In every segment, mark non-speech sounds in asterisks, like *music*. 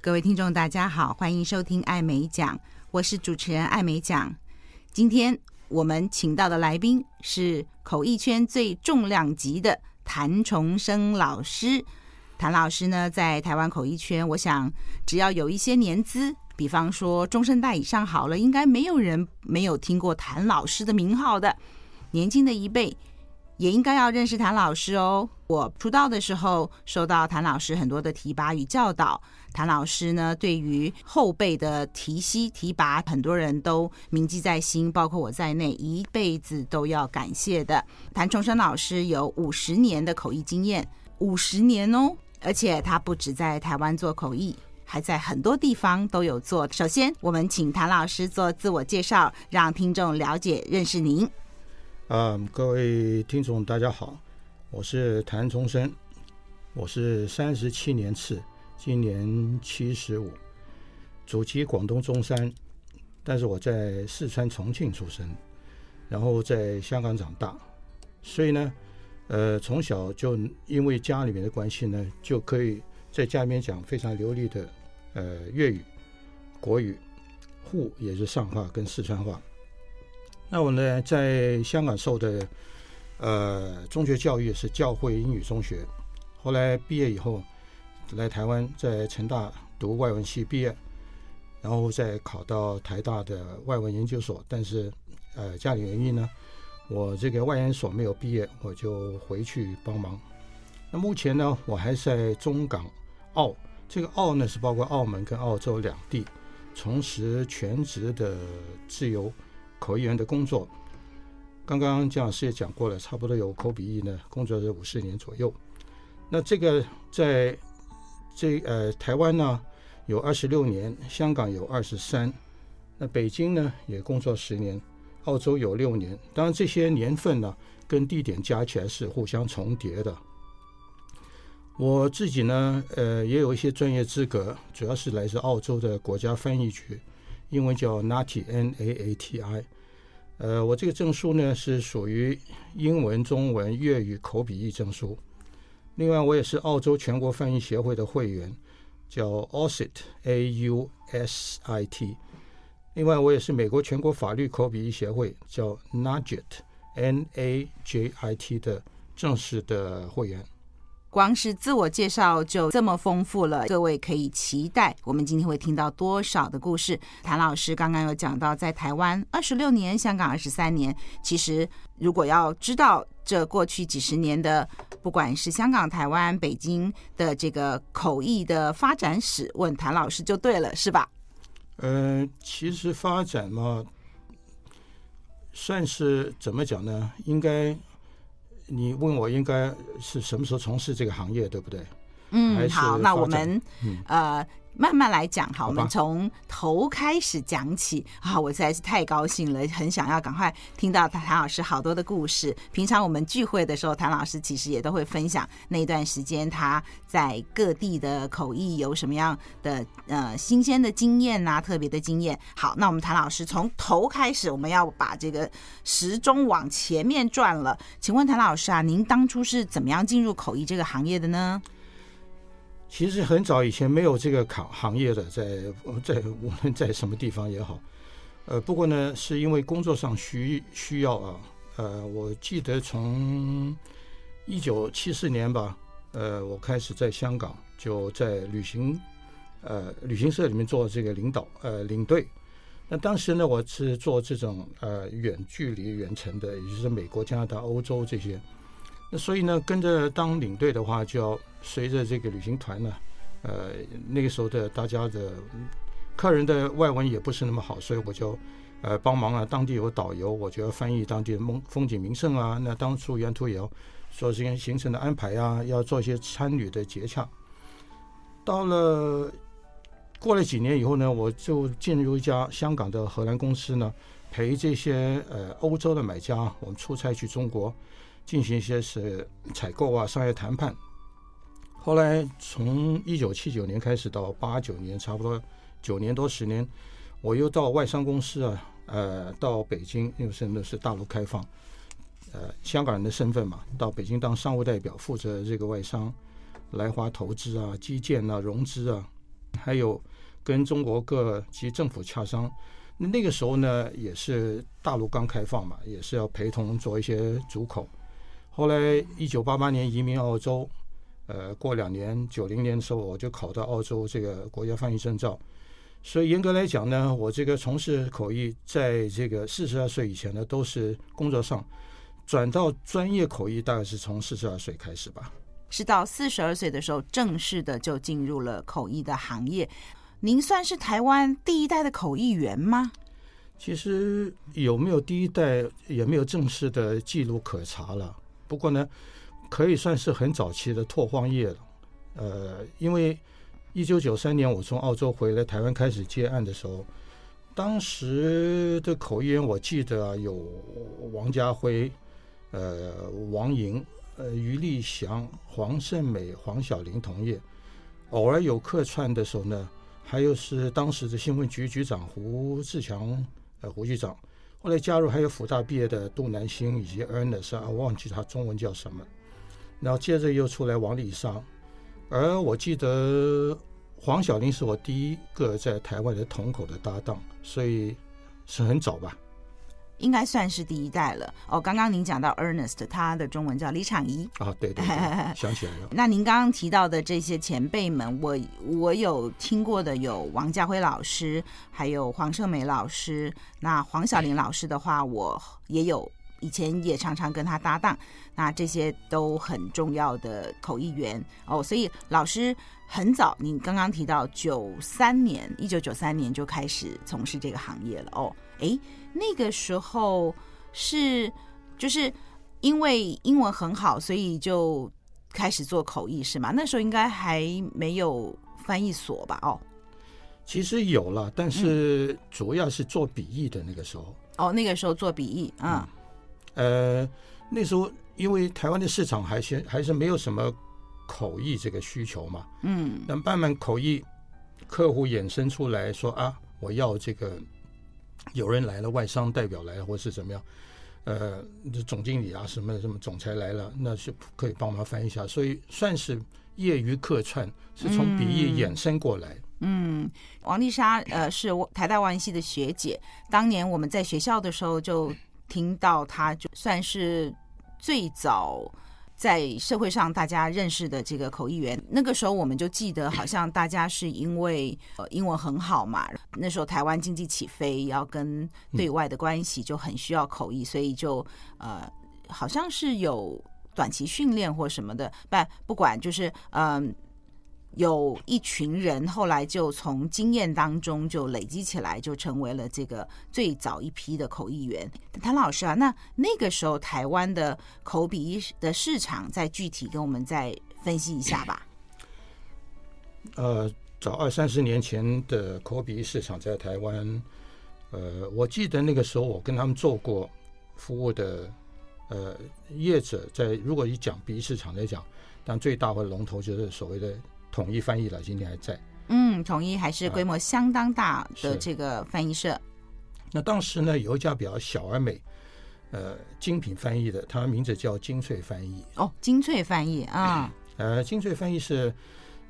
各位听众，大家好，欢迎收听艾美奖，我是主持人艾美奖。今天我们请到的来宾是口译圈最重量级的谭崇生老师。谭老师呢，在台湾口译圈，我想只要有一些年资，比方说中生代以上好了，应该没有人没有听过谭老师的名号的。年轻的一辈也应该要认识谭老师哦。我出道的时候，受到谭老师很多的提拔与教导。谭老师呢，对于后辈的提携提拔，很多人都铭记在心，包括我在内，一辈子都要感谢的。谭崇生老师有五十年的口译经验，五十年哦，而且他不止在台湾做口译。还在很多地方都有做。首先，我们请谭老师做自我介绍，让听众了解认识您。啊、各位听众大家好，我是谭崇生，我是三十七年次，今年七十五，祖籍广东中山，但是我在四川重庆出生，然后在香港长大，所以呢，呃，从小就因为家里面的关系呢，就可以在家里面讲非常流利的呃粤语、国语、沪也是上话跟四川话。那我呢，在香港受的呃中学教育是教会英语中学，后来毕业以后来台湾，在成大读外文系毕业，然后再考到台大的外文研究所，但是呃家里原因呢，我这个外研所没有毕业，我就回去帮忙。那目前呢，我还在中港澳，这个澳呢是包括澳门跟澳洲两地，从事全职的自由口译员的工作。刚刚姜老师也讲过了，差不多有口笔译呢，工作是五十年左右。那这个在这呃台湾呢有二十六年，香港有二十三，那北京呢也工作十年，澳洲有六年。当然这些年份呢跟地点加起来是互相重叠的。我自己呢，呃，也有一些专业资格，主要是来自澳洲的国家翻译局，英文叫 NAATI N A A T I。呃，我这个证书呢是属于英文、中文、粤语口笔译证书。另外，我也是澳洲全国翻译协会的会员，叫 AUSIT A U S I T。另外，我也是美国全国法律口笔译协会叫 NAJIT N E A J I T 的正式的会员。光是自我介绍就这么丰富了，各位可以期待我们今天会听到多少的故事。谭老师刚刚有讲到，在台湾二十六年，香港二十三年。其实，如果要知道这过去几十年的，不管是香港、台湾、北京的这个口译的发展史，问谭老师就对了，是吧？呃，其实发展嘛，算是怎么讲呢？应该，你问我应该是什么时候从事这个行业，对不对？还嗯，是好，那发我展们、嗯呃慢慢来讲哈，我好们吧从头开始讲起啊，我实在是太高兴了，很想要赶快听到谭老师好多的故事。平常我们聚会的时候，谭老师其实也都会分享那段时间他在各地的口译有什么样的呃新鲜的经验呐、特别的经验。好，那我们谭老师从头开始，我们要把这个时钟往前面转了。请问谭老师啊，您当初是怎么样进入口译这个行业的呢？其实很早以前没有这个行行业的，在呃在 *laughs* 无论在什么地方也好，呃，不过呢，是因为工作上需需要啊，呃，我记得从一九七四年吧，呃，我开始在香港就在旅行，呃，旅行社里面做这个领导，呃，领队。那当时呢，我是做这种呃远距离远程的，也就是美国、加拿大、欧洲这些。那所以呢，跟着当领队的话，就要随着这个旅行团呢，呃，那个时候的大家的嗯客人的外文也不是那么好，所以我就呃帮忙啊，当地有导游，我就要翻译当地的风风景名胜啊。那当初沿途也要做这些行程的安排啊，要做一些参与的接洽。到了过了几年以后呢，我就进入一家香港的荷兰公司呢，陪这些呃欧洲的买家，我们出差去中国。进行一些是采购啊、商业谈判。后来从一九七九年开始到八九年，差不多九年多十年，我又到外商公司啊，呃，到北京，因为现在是大陆开放，呃，香港人的身份嘛，到北京当商务代表，负责这个外商来华投资啊、基建啊、融资啊，还有跟中国各级政府洽商。那那个时候呢，也是大陆刚开放嘛，也是要陪同做一些主口。后来一九八八年移民澳洲，呃，过两年九零年的时候，我就考到澳洲这个国家翻译证照。所以严格来讲呢，我这个从事口译，在这个四十二岁以前呢，都是工作上转到专业口译，大概是从四十二岁开始吧。是到四十二岁的时候，正式的就进入了口译的行业。您算是台湾第一代的口译员吗？其实有没有第一代也没有正式的记录可查了。不过呢，可以算是很早期的拓荒业了。呃，因为一九九三年我从澳洲回来台湾开始接案的时候，当时的口译员我记得啊，有王家辉、呃王莹、呃于立祥、黄胜美、黄晓玲同业。偶尔有客串的时候呢。还有是当时的新闻局局长胡志强，呃，胡局长，后来加入还有辅大毕业的杜南星以及 Ernest 啊，忘记他中文叫什么。然后接着又出来王丽莎，而我记得黄晓玲是我第一个在台湾的同口的搭档，所以是很早吧，应该算是第一代了。哦，刚刚您讲到 Ernest，他的中文叫李昶怡。啊，对对对，想起来了。那您刚刚提到的这些前辈们，我我有听过的有王家辉老师，还有黄胜美老师。那黄晓玲老师的话，我也有以前也常常跟他搭档。那这些都很重要的口译员哦，所以老师很早，你刚刚提到九三年，一九九三年就开始从事这个行业了哦。诶，那个时候是就是因为英文很好，所以就开始做口译是吗？那时候应该还没有翻译所吧？哦其实有了，但是主要是做笔译的那个时候。哦，那个时候做笔译，嗯，呃，那时候因为台湾的市场还是还是没有什么口译这个需求嘛，嗯，那慢慢口译客户衍生出来说啊，我要这个有人来了，外商代表来了，或是怎么样，呃，总经理啊什么什么总裁来了，那是可以帮忙翻译一下，所以算是业余客串，是从笔译衍生过来。嗯，王丽莎呃是我台大外文系的学姐，当年我们在学校的时候就听到她，就算是最早在社会上大家认识的这个口译员。那个时候我们就记得，好像大家是因为呃英文很好嘛，那时候台湾经济起飞，要跟对外的关系就很需要口译，所以就呃好像是有短期训练或什么的，不不管就是嗯。有一群人后来就从经验当中就累积起来，就成为了这个最早一批的口译员。谭老师啊，那那个时候台湾的口笔译的市场，再具体跟我们再分析一下吧。呃，早二三十年前的口笔市场在台湾，呃，我记得那个时候我跟他们做过服务的，呃，业者在如果以讲笔市场来讲，但最大的龙头就是所谓的统一翻译了，今天还在。嗯，统一还是规模相当大的是这个翻译社，那当时呢，有一家比较小而美，呃，精品翻译的，它名字叫精粹翻译。哦，精粹翻译啊，呃，精粹翻译是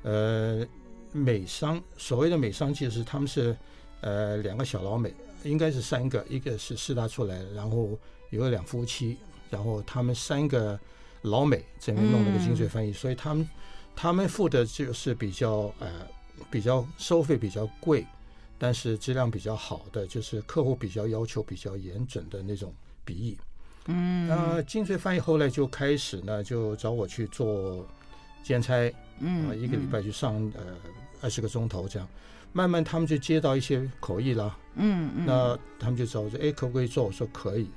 呃美商，所谓的美商其实他们是呃两个小老美，应该是三个，一个是师大出来的，然后有两夫妻，然后他们三个老美这边弄了个精粹翻译，所以他们他们付的就是比较呃比较收费比较贵，但是质量比较好的，就是客户比较要求比较严准的那种笔译。嗯那精粹翻译后来就开始呢，就找我去做兼差。嗯，啊，一个礼嗯拜去上呃二十个钟头这样，慢慢他们就接到一些口译啦，嗯嗯，那他们就找我说，哎，可不可以做？我说可以。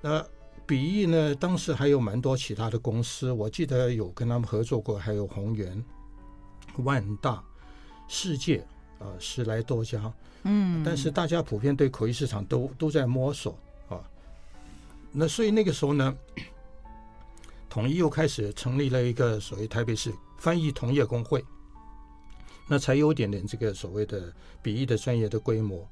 那笔译呢，当时还有蛮多其他的公司，我记得有跟他们合作过，还有宏源、万大、世界啊、十来多家，嗯，但是大家普遍对口译市场都都在摸索啊。那所以那个时候呢， *coughs* 统一又开始成立了一个所谓台北市翻译同业工会，那才有一点点这个所谓的笔译的专业的规模。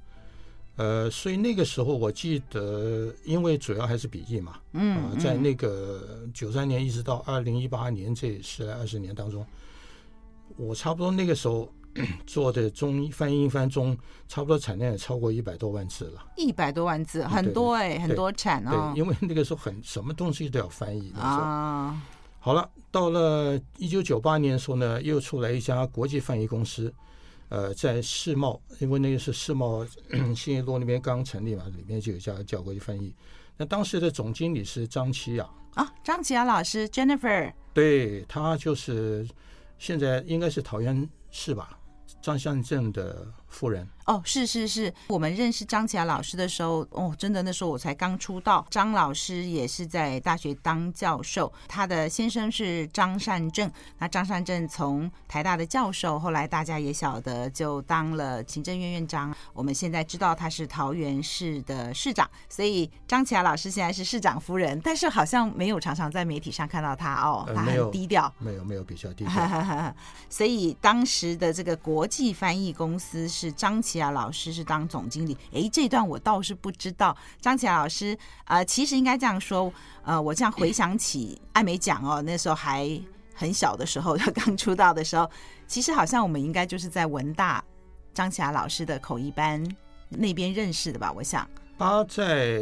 呃，所以那个时候我记得，因为主要还是笔译嘛，啊、嗯，在嗯那个九三年一直到二零一八年这十来二十年当中，我差不多那个时候 *clears throat* 做的中英翻英翻中，差不多产量也超过一百多万字了。一百多万字，很对多哎，很多产哦对，因为那个时候很什么东西都要翻译那时候。啊，好了，到了一九九八年的时候呢，又出来一家国际翻译公司，呃，在世贸，因为那个是世贸 *clears throat* 新一路那边刚成立嘛，里面就有一家叫国际翻译。那当时的总经理是张琪雅，啊，张琪雅老师 Jennifer 对他就是现在应该是桃园市吧，张相正的夫人。哦，是是是，我们认识张琪雅老师的时候，哦，真的那时候我才刚出道。张老师也是在大学当教授，他的先生是张善政。那张善政从台大的教授，后来大家也晓得，就当了行政院院长。我们现在知道他是桃园市的市长，所以张琪雅老师现在是市长夫人，但是好像没有常常在媒体上看到他哦，呃他没很有低调。没有没有比较低调， *laughs* 所以当时的这个国际翻译公司是张琪雅老师是当总经理。诶，这段我倒是不知道。张琪雅老师，呃，其实应该这样说，呃，我这样回想起艾美奖哦，那时候还很小的时候，就 *laughs* 刚出道的时候，其实好像我们应该就是在文大张琪雅老师的口译班那边认识的吧？我想，他在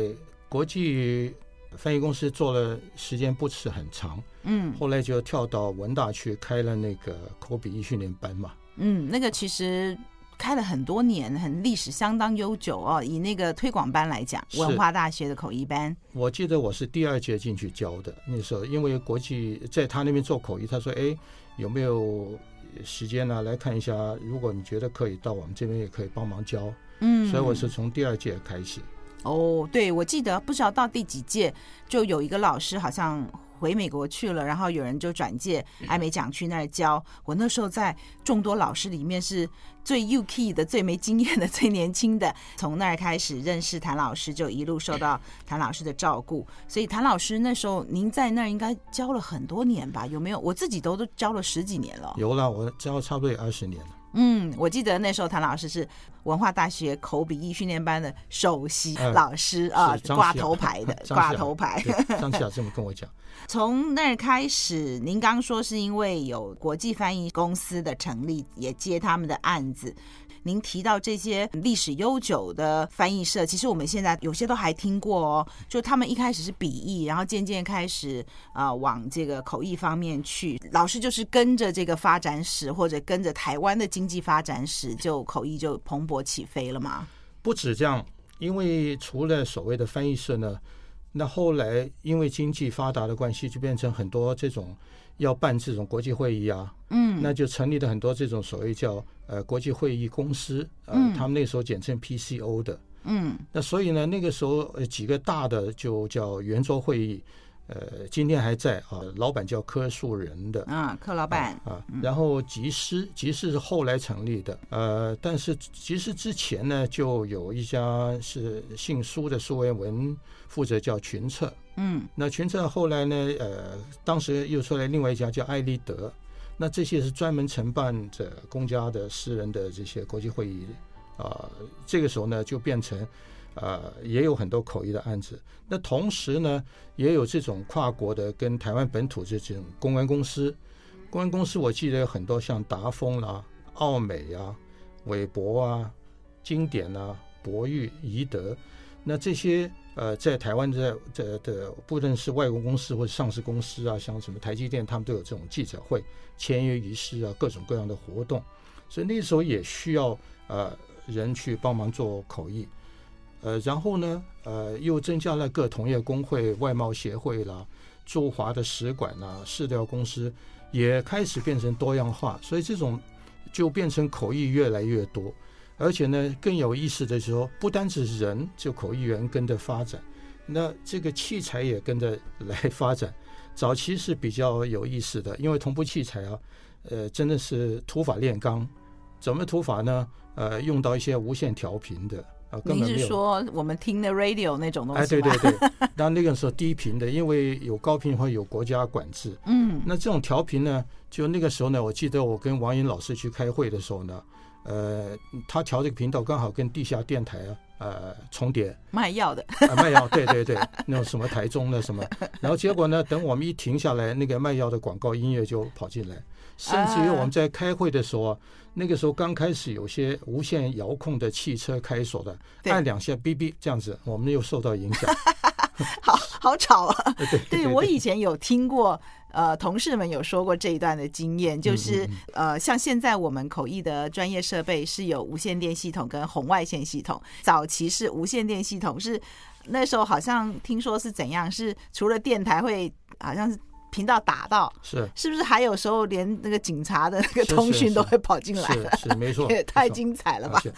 国际翻译公司做了时间不是很长，嗯后来就跳到文大去开了那个口笔译训练班嘛。嗯，那个其实。开了很多年，很历史相当悠久哦。以那个推广班来讲，是文化大学的口译班，我记得我是第二届进去教的，那时候因为国际在他那边做口译，他说：“哎，有没有时间呢、来看一下，如果你觉得可以，到我们这边也可以帮忙教。”嗯，所以我是从第二届开始。哦，对，我记得不知道到第几届，就有一个老师好像回美国去了，然后有人就转介艾美奖去那儿教。我那时候在众多老师里面是最 UK 的、最没经验的、 *laughs* 最年轻的，从那儿开始认识谭老师，就一路受到谭老师的照顾。所以谭老师那时候您在那儿应该教了很多年吧？有没有？我自己都都教了十几年了。有了，我教差不多有二十年了。嗯，我记得那时候谭老师是文化大学口笔译训练班的首席哎老师啊是，张挂希头雅牌的 *laughs* 张挂希雅头牌。对张琪雅这么跟我讲，从那儿开始，您刚说是因为有国际翻译公司的成立，也接他们的案子。您提到这些历史悠久的翻译社，其实我们现在有些都还听过哦。就他们一开始是笔译，然后渐渐开始呃往这个口译方面去。老师就是跟着这个发展史，或者跟着台湾的经济发展史，就口译就蓬勃起飞了嘛。不止这样，因为除了所谓的翻译社呢，那后来因为经济发达的关系，就变成很多这种要办这种国际会议啊，嗯，那就成立了很多这种所谓叫呃国际会议公司，呃，他们那时候简称 PCO 的，嗯那所以呢，那个时候呃几个大的就叫圆桌会议，呃，今天还在啊，老板叫柯树人的，啊，柯老板，啊，然后集市，集市是后来成立的，呃，但是集市之前呢，就有一家是姓苏的苏维文负责叫群策，嗯那群策后来呢，呃，当时又出来另外一家叫艾利德，那这些是专门承办着公家的、私人的这些国际会议，啊、这个时候呢就变成。呃，也有很多口译的案子。那同时呢，也有这种跨国的跟台湾本土这种公关公司。公关公司我记得有很多，像达丰啦、奥美啊、韦博啊、经典啊、博裕、宜德，那这些呃，在台湾的的的，不论是外国公司或者上市公司啊，像什么台积电，他们都有这种记者会、签约仪式啊，各种各样的活动，所以那时候也需要呃人去帮忙做口译，呃，然后呢，呃，又增加了各同业工会、外贸协会啦、驻华的使馆啦、市调公司也开始变成多样化，所以这种就变成口译越来越多。而且呢，更有意思的是说，不单是人，就口译员跟着发展，那这个器材也跟着来发展。早期是比较有意思的，因为同步器材啊，呃，真的是土法炼钢。怎么土法呢？呃，用到一些无线调频的啊，根您本是没有。说我们听的 radio 那种东西吗？哎，对对对， *laughs* 那那个时候低频的，因为有高频会有国家管制，嗯那这种调频呢，就那个时候呢，我记得我跟王云老师去开会的时候呢，呃，他调这个频道刚好跟地下电台啊呃重叠，卖药的， *laughs* 啊，卖药，对对对，那种什么台中的什么，然后结果呢，等我们一停下来，那个卖药的广告音乐就跑进来，甚至于我们在开会的时候啊，那个时候刚开始有些无线遥控的汽车开锁的，对按两下哔哔这样子，我们又受到影响。好好吵啊！对对对我以前有听过，呃，同事们有说过这一段的经嗯验，就是、呃，像现在我们口译的专业设备是有无线电系统跟红外线系统，早期是无线电系统是那时候好像听说是怎样，是除了电台会好像是频道打到，是是不是还有时候连那个警察的那个是是通讯是都会跑进来是是没 *laughs* 错，也太没错精彩了而吧！且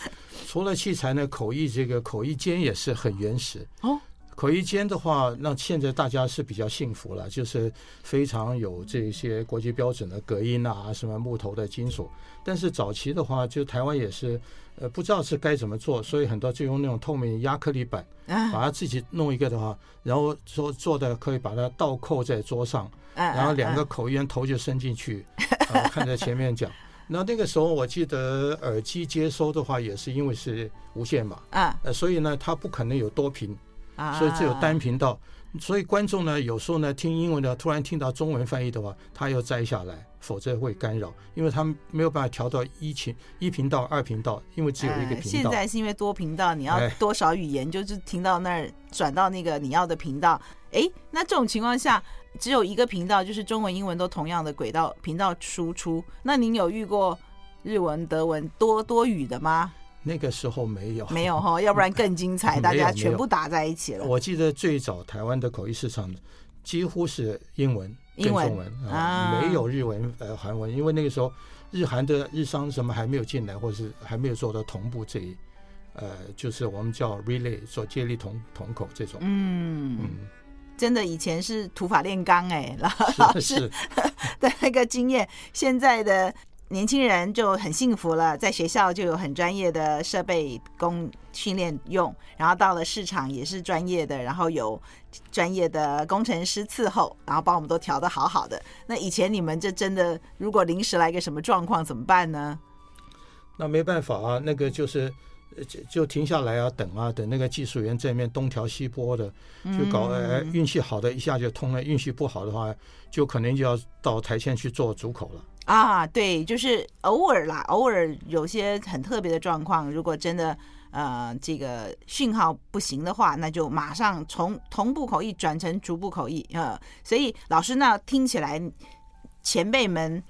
除了器材呢，口译这个口译间也是很原始。哦，口译间的话，那现在大家是比较幸福了，就是非常有这些国际标准的隔音啊，什么木头的、金属。但是早期的话，就台湾也是，呃，不知道是该怎么做，所以很多就用那种透明亚克力板，啊把它自己弄一个的话，然后说做的可以把它倒扣在桌上，然后啊两个嗯口译员头就伸进去，啊，看着前面讲。那那个时候我记得耳机接收的话，也是因为是无线嘛，啊呃，所以呢，它不可能有多频，啊，所以只有单频道。所以观众呢，有时候呢听英文的，突然听到中文翻译的话，他要摘下来，否则会干扰，因为他们没有办法调到一频一频道、二频道，因为只有一个呃频现道。在是因为多频道，你要哎多少语言，就是听到那儿转到那个你要的频道。诶，那这种情况下，只有一个频道，就是中文、英文都同样的轨道频道输出。那您有遇过日文、德文多多语的吗？那个时候没有，没有哈，要不然更精彩，嗯大哦 *laughs* 没家有全部打在一起了。我记得最早台湾的口译市场几乎是英文跟英文中文啊没有日文呃韩文，因为那个时候日韩的日商什么还没有进来，或是还没有做到同步这一，呃，就是我们叫 relay 做接力同同口这种。嗯，嗯，真的以前是土法炼钢哎、然后老嗯 *laughs* 是师是 *laughs* 的那个经验，现在的年轻人就很幸福了，在学校就有很专业的设备供训练用，然后到了市场也是专业的，然后有专业的工程师伺候，然后把我们都调得好好的。那以前你们这真的，如果临时来个什么状况怎么办呢？那没办法啊，那个就是。呃就就停下来啊，等啊，等那个技术员在面东调西拨的，就搞呃运气好的一下就通了，运气不好的话，就可能就要到台前去做主口了。啊，对，就是偶尔啦，偶尔有些很特别的状况，如果真的呃这个讯号不行的话，那就马上从同步口译转成逐步口译呃，所以老师那听起来前辈们。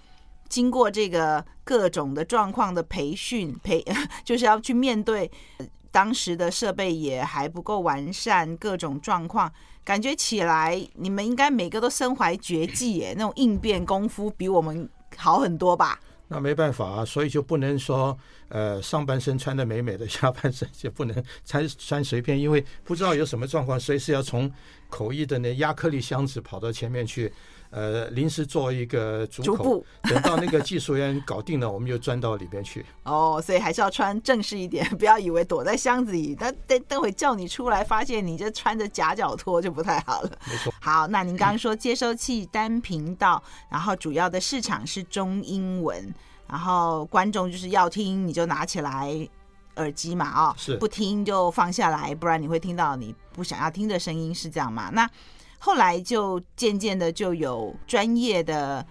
经过这个各种的状况的培训，培 *laughs* 就是要去面对呃当时的设备也还不够完善，各种状况，感觉起来你们应该每个都身怀绝技耶，那 *laughs* 种应变功夫比我们好很多吧？那没办法啊，所以就不能说，呃，上半身穿的美美的，下半身就不能穿穿随便，因为不知道有什么状况，随时要从口译的那亚克力箱子跑到前面去，呃，临时做一个逐主口，步等到那个技术员搞定了，我们就钻到里边去。哦，所以还是要穿正式一点，不 *laughs* 要以为躲在箱子里，但等等会叫你出来，发现你这穿着夹脚拖就不太好了。没错，好，那您刚刚说接收器单频道，然后主要的市场是中英文，然后观众就是要听你就拿起来耳机嘛，哦，是不听就放下来，不然你会听到你不想要听的声音，是这样吗？那后来就渐渐的就有专业的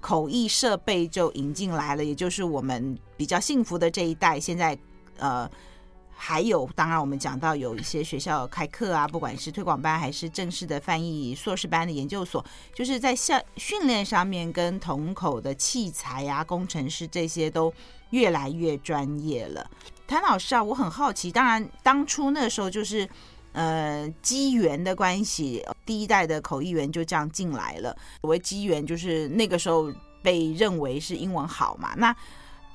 口译设备就引进来了，也就是我们比较幸福的这一代，现在呃。还有，当然我们讲到有一些学校开课啊，不管是推广班还是正式的翻译硕士班的研究所，就是在校训练上面跟同口的器材啊、工程师这些都越来越专业了。谭老师啊，我很好奇，当然当初那时候就是。呃，机缘的关系，第一代的口译员就这样进来了。所谓机缘，就是那个时候被认为是英文好嘛。那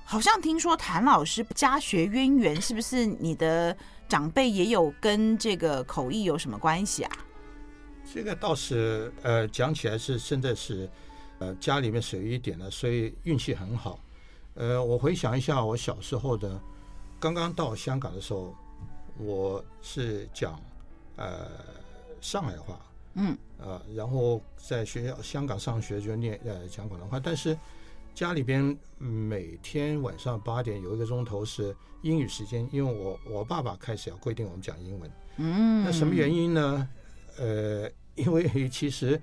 好像听说谭老师家学渊源，是不是你的长辈也有跟这个口译有什么关系啊？这个倒是，呃，讲起来是真的是，呃，家里面水一点了，所以运气很好。呃，我回想一下我小时候的，刚刚到香港的时候，我是讲呃上海话，啊嗯，呃，然后在学校香港上学就念呃讲广东话，但是家里边嗯每天晚上八点有一个钟头是英语时间，因为我我爸爸开始要规定我们讲英文。嗯，那什么原因呢？呃， *laughs* 因为其实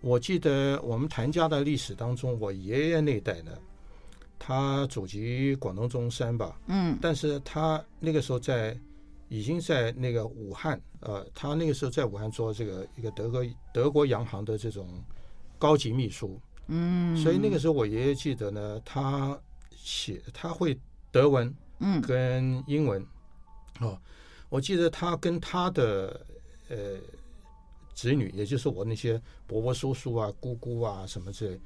我记得我们谭家的历史当中，我爷爷那一代呢，他祖籍广东中山吧，嗯但是他那个时候在已经在那个武汉，呃，他那个时候在武汉做这个一个德国德国洋行的这种高级秘书，嗯，所以那个时候我爷爷记得呢，他写他会德文嗯跟英文，哦，我记得他跟他的呃子女，也就是我那些伯伯、叔叔啊、姑姑啊什么之类，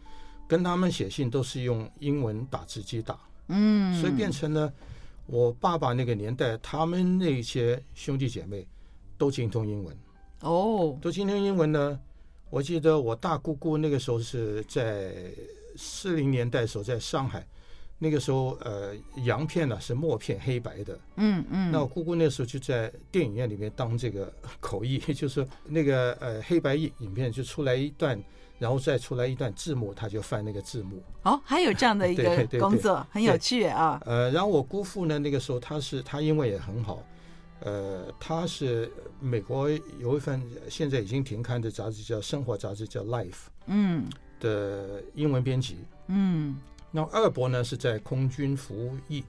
跟他们写信都是用英文打字机打，嗯，所以变成了我爸爸那个年代，他们那些兄弟姐妹都精通英文，哦，都精通英文呢。我记得我大姑姑那个时候是在四零年代的时候在上海，那个时候呃洋片呢、是默片黑白的，嗯嗯，那我姑姑那时候就在电影院里面当这个 *laughs* 口译，就是那个呃黑白影影片就出来一段，然后再出来一段字幕，他就翻那个字幕。哦，还有这样的一对个对对工作，很有趣啊。呃，然后我姑父呢，那个时候他是他英文也很好，呃，他是美国有一份现在已经停刊的杂志叫《生活》杂志叫《Life》嗯的英文编辑。嗯那二伯呢是在空军服役，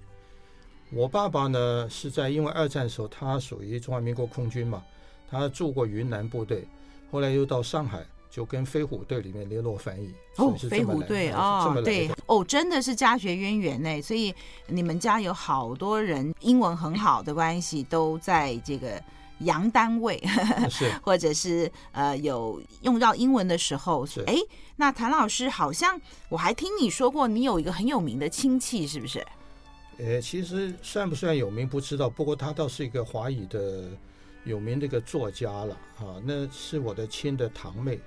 我爸爸呢是在因为二战的时候他属于中华民国空军嘛，他驻过云南部队，后来又到上海，就跟飞虎队里面联络翻译。哦，是飞虎队啊，是这哦么，来对的。哦，真的是家学渊源呢。所以你们家有好多人英文很好的关系，都在这个洋单位，是或者是呃有用到英文的时候是。哎，那谭老师好像我还听你说过，你有一个很有名的亲戚，是不是？呃，其实算不算有名不知道，不过他倒是一个华语的有名的一个作家了啊。那是我的亲的堂妹，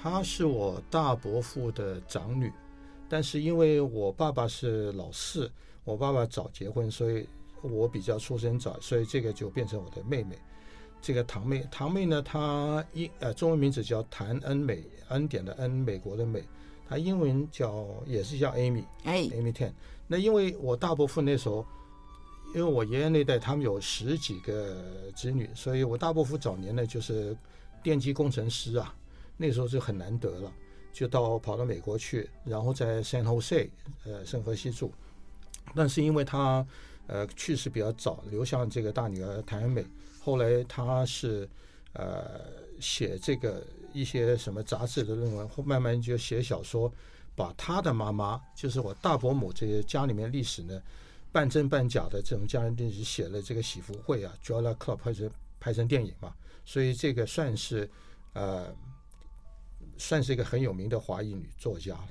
她是我大伯父的长女，但是因为我爸爸是老四，我爸爸早结婚，所以我比较出生早，所以这个就变成我的妹妹。这个堂妹，堂妹呢，她英呃中文名字叫谭恩美，恩典的恩，美国的美，她英文叫也是叫 Amy。哎， Amy Tan。那因为我大伯父那时候，因为我爷爷那代他们有十几个子女，所以我大伯父早年呢就是电机工程师啊，那时候就很难得了，就到跑到美国去，然后在 San Jose 呃圣何西住。但是因为他呃去世比较早，留下这个大女儿谭美。后来他是呃写这个一些什么杂志的论文，后慢慢就写小说，把他的妈妈，就是我大伯母这些家里面历史呢，半真半假的这种家人历史写了这个喜福会啊 j o l a Club 拍成拍成电影嘛，所以这个算是呃算是一个很有名的华裔女作家了，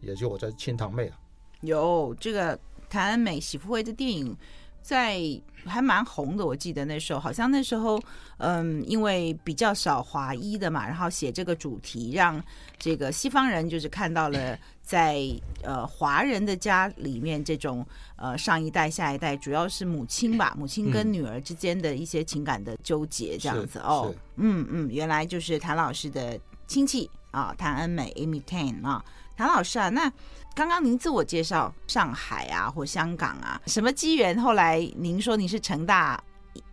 也就我的亲堂妹了。有这个谭恩美喜福会的电影。在还蛮红的，我记得那时候好像那时候，嗯，因为比较少华裔的嘛，然后写这个主题，让这个西方人就是看到了在呃华人的家里面这种呃上一代下一代，主要是母亲吧，母亲跟女儿之间的一些情感的纠结这样子是哦是，嗯嗯，原来就是谭老师的亲戚啊，谭恩美 Amy Tan 啊，谭老师啊，那刚刚您自我介绍上海啊或香港啊，什么机缘？后来您说您是成大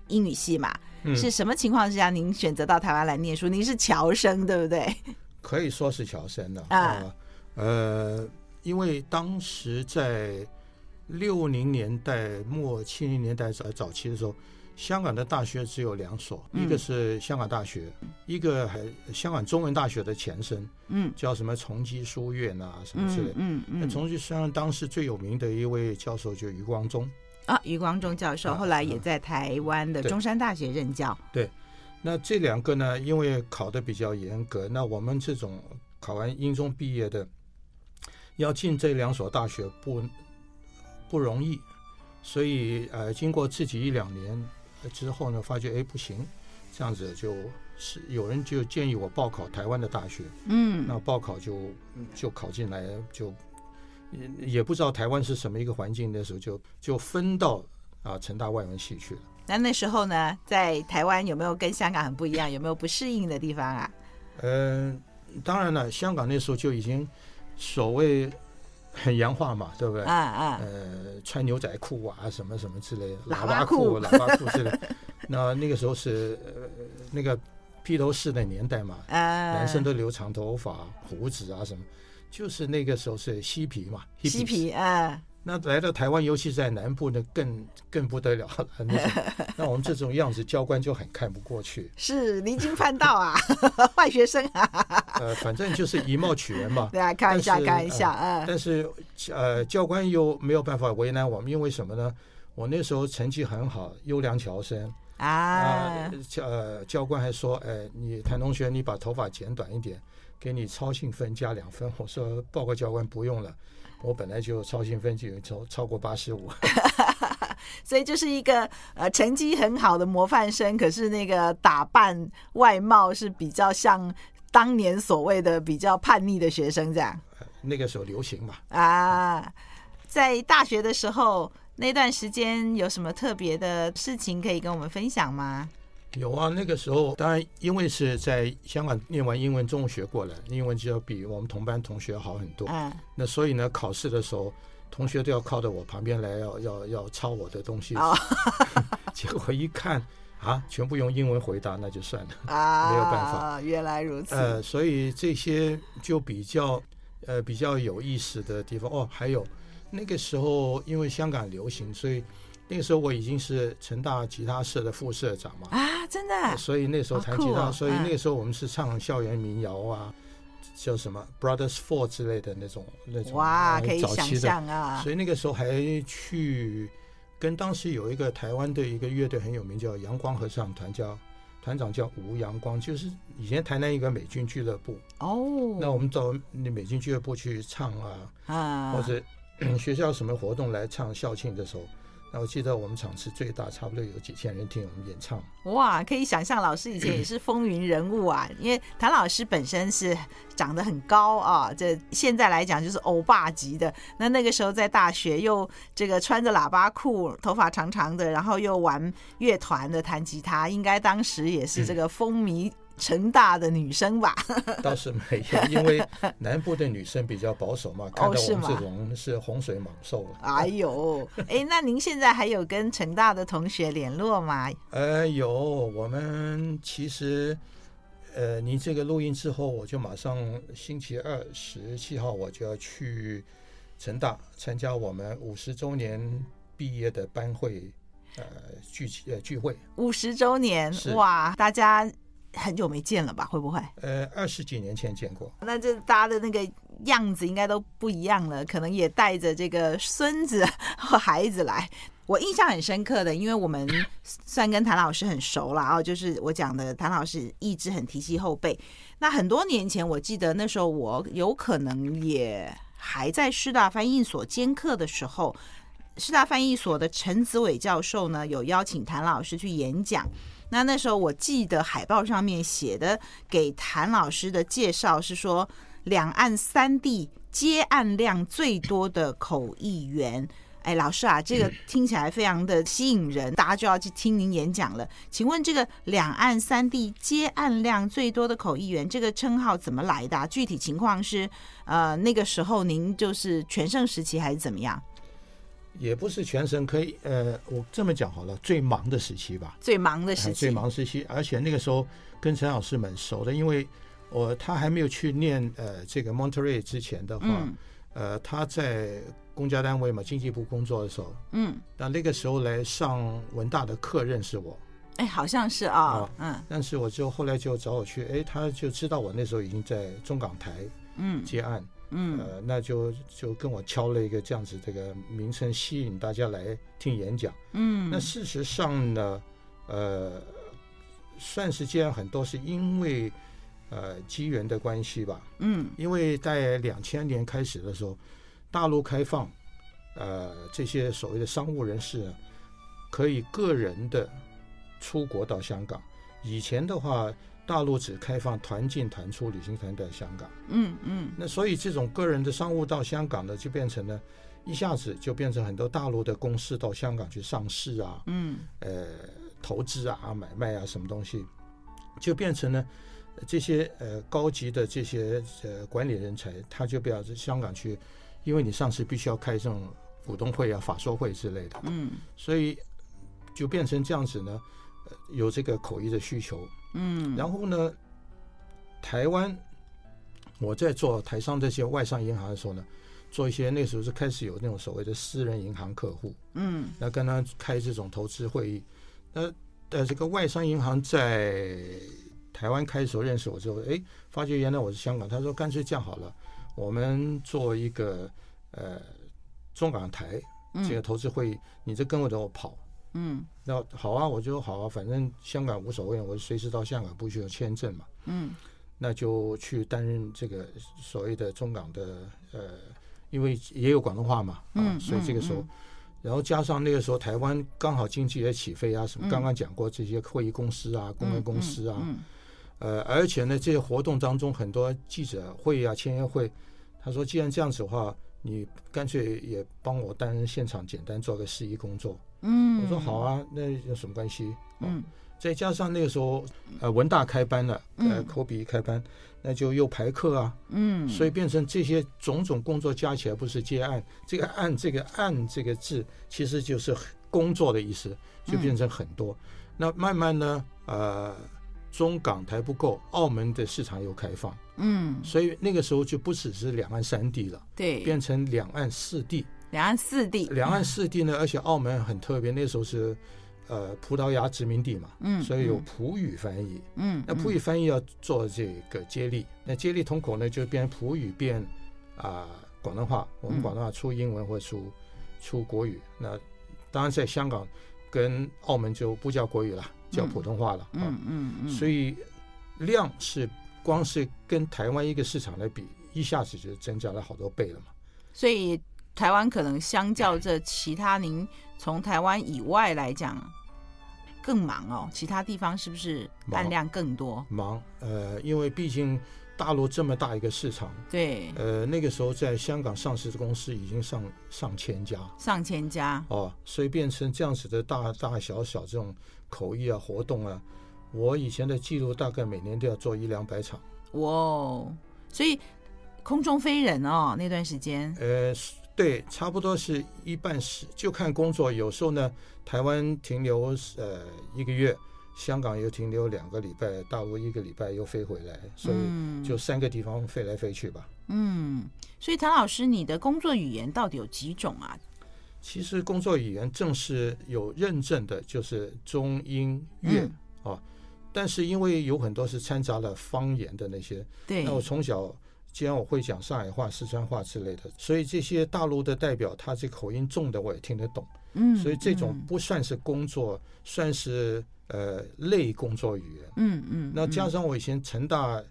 英语系嘛，嗯是什么情况之下您选择到台湾来念书？您是侨生对不对？可以说是乔生的啊呃，因为当时在六零年代末、七零年代早早期的时候，香港的大学只有两所，嗯一个是香港大学，一个还香港中文大学的前身， *laughs* 嗯叫什么崇基书院啊什么之类嗯的。嗯那嗯。崇基书院当时最有名的一位教授就余光中，啊，余光中教授啊后来也在台湾的对中山大学任教。那这两个呢，因为考得比较严格，那我们这种考完英中毕业的，要进这两所大学不不容易，所以呃，经过自己一两年呃之后呢，发觉哎不行，这样子就是有人就建议我报考台湾的大学，嗯那报考就就考进来，就也也不知道台湾是什么一个环境的时候就，就分到啊、成大外文系去了。那那时候呢，在台湾有没有跟香港很不一样？有没有不适应的地方啊？呃嗯，当然了，香港那时候就已经所谓很洋化嘛，对不对？啊啊，呃，穿牛仔裤啊，什么什么之类的，喇喇叭叭裤裤、喇叭裤之类的。那那个时候是、呃、那个披头士的年代嘛，呃，哎男生都留长头发、胡子啊什么，就是那个时候是嬉皮嘛，嬉 hippies。皮啊，那来到台湾，尤其是在南部呢，更更不得了了。那 *laughs* 种那我们这种样子，教官就很看不过去。是离经叛道啊， *laughs* 坏学生啊，呃，反正就是以貌取人嘛。对啊，开玩笑，但是开玩笑，嗯但是呃，教官又没有办法为难我们，因为什么呢？我那时候成绩很好，优良侨生啊啊，，教呃教官还说，哎，你谭同学，你把头发剪短一点，给你超性分加两分。我说报告教官，不用了，我本来就超性分就有超超过八十五。 *laughs* 所以就是一个呃成绩很好的模范生，可是那个打扮外貌是比较像当年所谓的比较叛逆的学生这样那个时候流行嘛，啊。在大学的时候那段时间有什么特别的事情可以跟我们分享吗？有啊，那个时候当然因为是在香港念完英文中学过来，英文就要比我们同班同学好很多。嗯那所以呢，考试的时候，同学都要靠到我旁边来，要要要抄我的东西。哦 *laughs* 结果一看啊，全部用英文回答，那就算了。啊，没有办法，原来如此。呃，所以这些就比较呃比较有意思的地方哦。还有那个时候，因为香港流行，所以那个时候我已经是成大吉他社的副社长嘛。啊，真的所以那时候弹吉好酷他，哦所以嗯那个时候我们是唱校园民谣啊，叫什么 Brothers Four 之类的那种那种哇，呃可以早想期的，象啊所以那个时候还去跟当时有一个台湾的一个乐队很有名，叫阳光合唱团，叫团长叫吴阳光，就是以前台南一个美军俱乐部，那哦，我们到那美军俱乐部去唱啊，啊，或者 *coughs* 学校什么活动来唱校庆的时候。那我记得我们场次最大，差不多有几千人听我们 *laughs* 演唱。哇，可以想象老师以前也是风云人物啊，因为谭老师本身是长得很高啊，这现在来讲就是欧巴级的。那那个时候在大学又这个穿着喇叭裤，头发长长的，然后又玩乐团的，弹吉他，应该当时也是这嗯个风靡成大的女生吧？ *laughs* 倒是没有，因为南部的女生比较保守嘛，看到哦是我吗们这种是洪水猛兽了。哎呦，哎，那您现在还有跟成大的同学联络吗？呃，有我们其实，呃，你这个录音之后，我就马上星期二十七号我就要去成大参加我们五十周年毕业的班会，呃，聚集呃聚会。五十周年，是哇，大家很久没见了吧？会不会？呃，二十几年前见过，那这大家的那个样子应该都不一样了，可能也带着这个孙子和孩子来。我印象很深刻的，因为我们算跟谭老师很熟了啊，就是我讲的谭老师一直很提携后辈。那很多年前，我记得那时候我有可能也还在师大翻译所兼课的时候，师大翻译所的陈子伟教授呢有邀请谭老师去演讲。那那时候我记得海报上面写的给谭老师的介绍是说，两岸三地接案量最多的口译员。哎，老师啊，这个听起来非常的吸引人，大家就要去听您演讲了。请问这个两岸三地接案量最多的口译员这个称号怎么来的啊、具体情况是，呃，那个时候您就是全盛时期还是怎么样？也不是全省可以，呃，我这么讲好了，最忙的时期吧。最忙的时哎期最，忙时期，而且那个时候跟陈老师蛮熟的，因为我他还没有去念呃这个 Monterey 之前的话，嗯呃他在公家单位嘛经济部工作的时候，嗯，那那个时候来上文大的课认识我，哎，好像是啊哦，嗯但是我就后来就找我去，哎，他就知道我那时候已经在中港台嗯接案，嗯，呃，那就就跟我敲了一个这样子这个名称，吸引大家来听演讲。嗯，那事实上呢，呃，算是这样，很多是因为呃机缘的关系吧。嗯因为在两千年开始的时候，大陆开放，呃，这些所谓的商务人士呢，可以个人的出国到香港。以前的话，大陆只开放团进团出旅行团到香港。嗯嗯那所以这种个人的商务到香港呢，就变成了一下子就变成很多大陆的公司到香港去上市啊，嗯呃投资啊、买卖啊什么东西，就变成了这些呃高级的这些呃管理人才，他就不要在香港去因为你上市必须要开这种股东会啊、法说会之类的，嗯所以就变成这样子呢，呃有这个口译的需求。嗯，然后呢，台湾我在做台商这些外商银行的时候呢，做一些那时候是开始有那种所谓的私人银行客户，嗯那跟他开这种投资会议，那呃这个外商银行在台湾开始认识我之后，哎，发觉原来我是香港，他说干脆这样好了，我们做一个呃中港台这个嗯投资会议，你就跟我着我跑。嗯那好啊，我就好啊，反正香港无所谓，我随时到香港不需要签证嘛。嗯那就去担任这个所谓的中港的呃，因为也有广东话嘛，啊，嗯所以这个时候，嗯然后加上那个时候台湾刚好经济也起飞啊，什么嗯刚刚讲过这些会议公司啊、公关公司啊，嗯呃，而且呢，这些活动当中很多记者会啊、签约会，他说既然这样子的话，你干脆也帮我担任现场简单做个司仪工作。嗯，我说好啊，那有什么关系？嗯，再加上那个时候，呃，文大开班了，呃，嗯口笔开班，那就又排课啊，嗯嗯，所以以变成这些种种工作加起来不是接案，这个案这个案这个字其实就是工作的意思，就变成很多。嗯那慢慢呢，呃，中港台不够，澳门的市场又开放，嗯所以那个时候就不只是两岸三地了，对，变成两岸四地。两岸四地，两岸四地呢，而且澳门很特别，那时候是呃葡萄牙殖民地嘛，嗯，所以有葡语翻译。嗯，那葡语翻译要做这个接力，那接力同口呢就变葡语变啊、广东话，我们嗯广东话出英文或出出国语。那当然在香港跟澳门就不叫国语了，叫嗯普通话了。啊，嗯嗯嗯，所以以量是光是跟台湾一个市场来比，一下子就增加了好多倍了嘛。所以台湾可能相较这其他您从台湾以外来讲更忙哦，其他地方是不是忙案量更多？忙，呃，因为毕竟大陆这么大一个市场，对，呃，那个时候在香港上市的公司已经上上千家。上千家，哦，所以变成这样子的大大小小这种口译啊活动啊，我以前的记录大概每年都要做一两百场，哇哦，所以空中飞人哦，那段时间，呃，对，差不多是一半是就看工作，有时候呢台湾停留呃一个月，香港又停留两个礼拜，大陆一个礼拜又飞回来，所以嗯就三个地方飞来飞去吧。嗯，所以唐老师，你的工作语言到底有几种啊？其实工作语言正是有认证的，就是中英粤、嗯啊，但是因为有很多是掺杂了方言的那些。对那，我从小，既然我会讲上海话、四川话之类的，所以这些大陆的代表，他这口音重的我也听得懂。嗯所以这种不算是工作，算是呃类工作语言。嗯嗯嗯，那加嗯上我以前成大，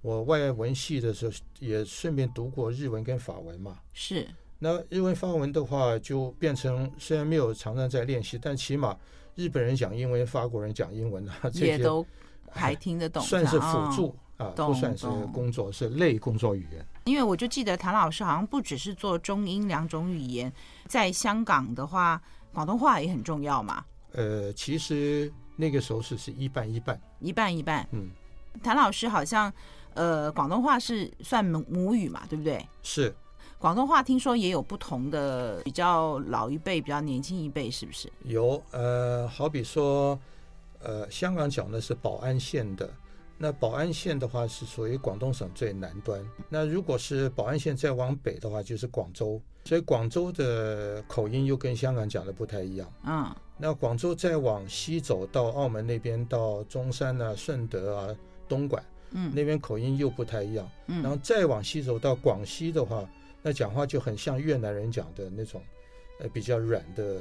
我外文系的时候也顺便读过日文跟法文嘛。是那日文、法文的话，就变成虽然没有常常在练习，但起码日本人讲英文、法国人讲英文啊，这也些都还听得懂，算是哦辅助啊，不懂算是懂工作，是类工作语言。因为我就记得谭老师好像不只是做中英两种语言，在香港的话，广东话也很重要嘛，呃，其实那个时候是是一半一半，一半一半。嗯，谭老师好像，呃，广东话是算母母语嘛，对不对？是广东话听说也有不同的，比较老一辈，比较年轻一辈，是不是？有呃，好比说，呃，香港讲的是宝安县的，那宝安县的话是属于广东省最南端，那如果是宝安县再往北的话，就是广州，所以广州的口音又跟香港讲的不太一样。嗯那广州再往西走到澳门那边，到中山啊、顺德啊、东莞嗯那边口音又不太一样。然后嗯再往西走到广西的话，那讲话就很像越南人讲的那种，呃，比较软的，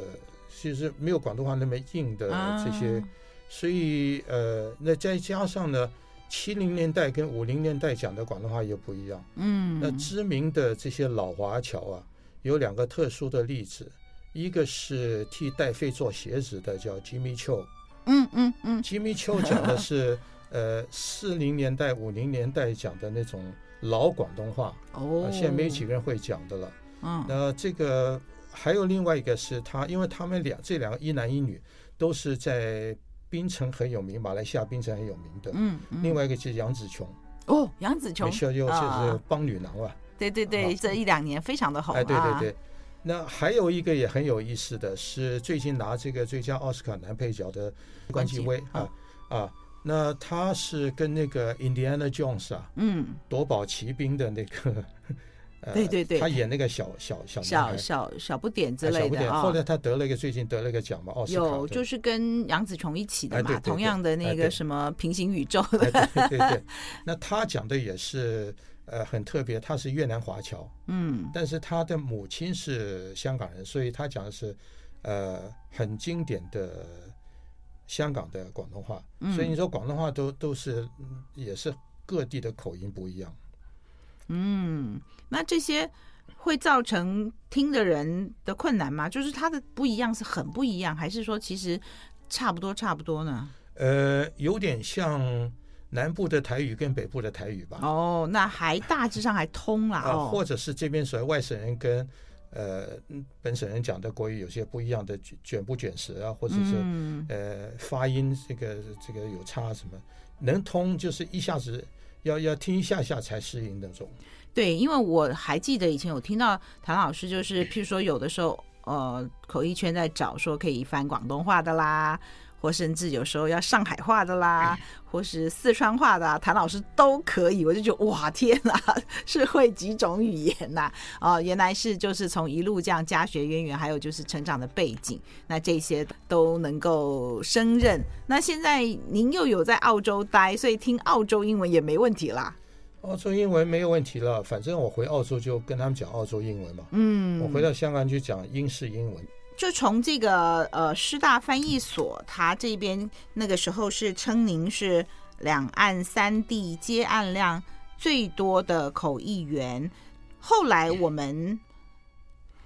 其实没有广东话那么硬的呃这些。啊所以呃，那再加上呢，七零年代跟五零年代讲的广东话又不一样。那嗯知名的这些老华侨啊，有两个特殊的例子。一个是替戴妃做鞋子的，叫 Jimmy Chou。嗯嗯嗯 Jimmy Chou 讲的是，呃，四零年代、五零年代讲的那种老广东话，哦啊，现在没几个人会讲的了。嗯那这个还有另外一个是他，因为他们俩这两个一男一女都是在槟城很有名，马来西亚槟城很有名的。嗯嗯另外一个就是杨紫琼，哦杨紫没琼事就就是啊帮女郎啊，对对对，啊这一两年非常的红啊，哎，对对对。那还有一个也很有意思的是，最近拿这个最佳奥斯卡男配角的关继威关嗯啊啊，那他是跟那个 Indiana Jones 啊，嗯，夺宝奇兵的那个， *laughs* 呃，对对对他演那个小小小男小孩小小不点之哎小类不点，的后啊来。他得了一个最近得了一个奖嘛，奥斯卡有，对就是跟杨紫琼一起的哎对嘛，对对同样的那哎个对什么平行宇宙的，哎对对对， *laughs* 那他讲的也是呃很特别，他是越南华侨， *laughs* 嗯，但是他的母亲是香港人，所以他讲的是呃很经典的香港的广东话，嗯所以你说广东话都都是嗯也是各地的口音不一样。嗯，那这些会造成听的人的困难吗？就是它的不一样是很不一样，还是说其实差不多差不多呢？呃，有点像南部的台语跟北部的台语吧，哦，那还大致上还通啦啊，或哦。者是这边所谓外省人跟呃嗯本省人讲的国语有些不一样的卷卷不卷舌啊，或者是、嗯，呃发音这个这个有差什么，能通就是一下子要要听一下下才适应那种。对，因为我还记得以前有听到谭老师，就是譬如说有的时候，呃，口译圈在找说可以翻广东话的啦，或甚至有时候要上海话的啦，或是四川话的、啊，谭老师都可以。我就觉得哇，天哪， *laughs* 是会几种语言呐、哦、原来是就是从一路这样家学渊源，还有就是成长的背景，那这些都能够胜任。那现在您又有在澳洲待，所以听澳洲英文也没问题啦。澳洲英文没有问题了，反正我回澳洲就跟他们讲澳洲英文嘛。嗯，我回到香港就讲英式英文，就从这个呃师大翻译所，它这边那个时候是称您是两岸三地接案量最多的口译员。后来我们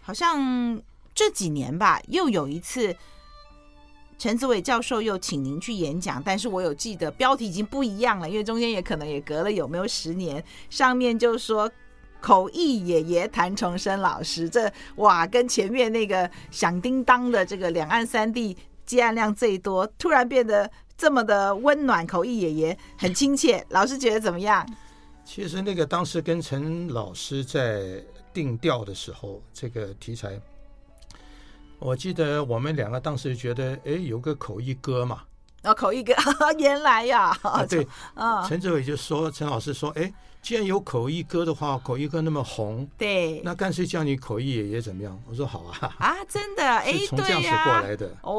好像这几年吧，又有一次。陈子伟教授又请您去演讲，但是我有记得标题已经不一样了，因为中间也可能也隔了有没有十年，上面就说口译爷爷谭崇生老师，这哇，跟前面那个响叮当的这个两岸三地接案量最多，突然变得这么的温暖，口译爷爷很亲切，老师觉得怎么样？ *laughs* 其实那个当时跟陈老师在定调的时候，这个题材，我记得我们两个当时觉得，哎，有个口译歌嘛，哦，口译哥，原来 *laughs* 呀，啊，对，啊、陈志伟就说，陈老师说，哎，既然有口译歌的话，口译歌那么红，对，那干脆叫你口译爷爷怎么样？我说好啊，啊，真的，哎，是从这对样子呀、过来 *laughs* 的。哦，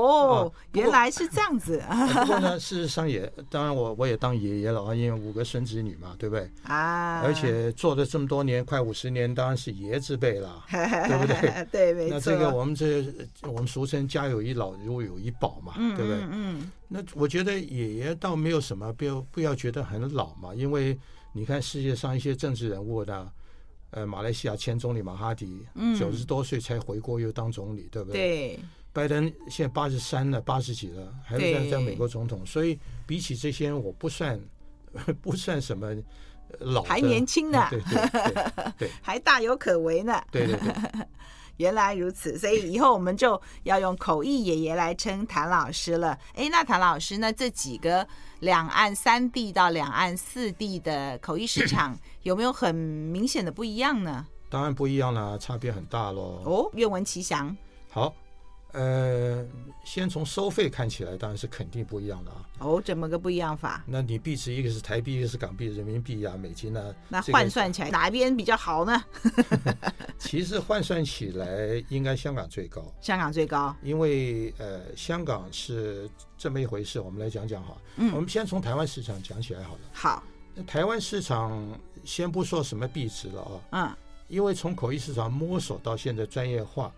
不过原来是这样 *laughs* 子不过呢，事实上也，当然我我也当爷爷了啊，因为五个孙子女嘛，对不对？啊，*laughs* 而且做了这么多年，快五十年，当然是爷之辈了。对不对？对，没错。那这个我们这我们俗称家有一老，如有一宝嘛，嗯，对不对？嗯嗯，那我觉得爷爷倒没有什么，不要不要觉得很老嘛，因为你看世界上一些政治人物呢，呃，马来西亚前总理马哈迪嗯九十多岁才回国又当总理，对不对？对，拜登现在八十三了，八十几了，还是对在在美国总统，所以比起这些，我不算 *laughs* 不算什么呃老的，还年轻呢嗯对对对还大有可为呢。对对对，原来如此，所以以后我们就要用口译爷爷来称谭老师了。诶，那谭老师，那这几个两岸三地到两岸四地的口译市 *coughs* 场有没有很明显的不一样呢？当然不一样啦，差别很大喽。哦，愿闻其详。好，呃，先从收费看起来，当然是肯定不一样的啊。哦，怎么个不一样法？那你币值一个是台币，一个是港币、人民币啊、美金啊，那这个换算起来哪边比较好呢？其实换算起来应该香港最高，香港最高。因为呃，香港是这么一回事。我们来讲讲哈，嗯我们先从台湾市场讲起来好了。好，那台湾市场先不说什么币值了啊，嗯，因为从口译市场摸索到现在专业化，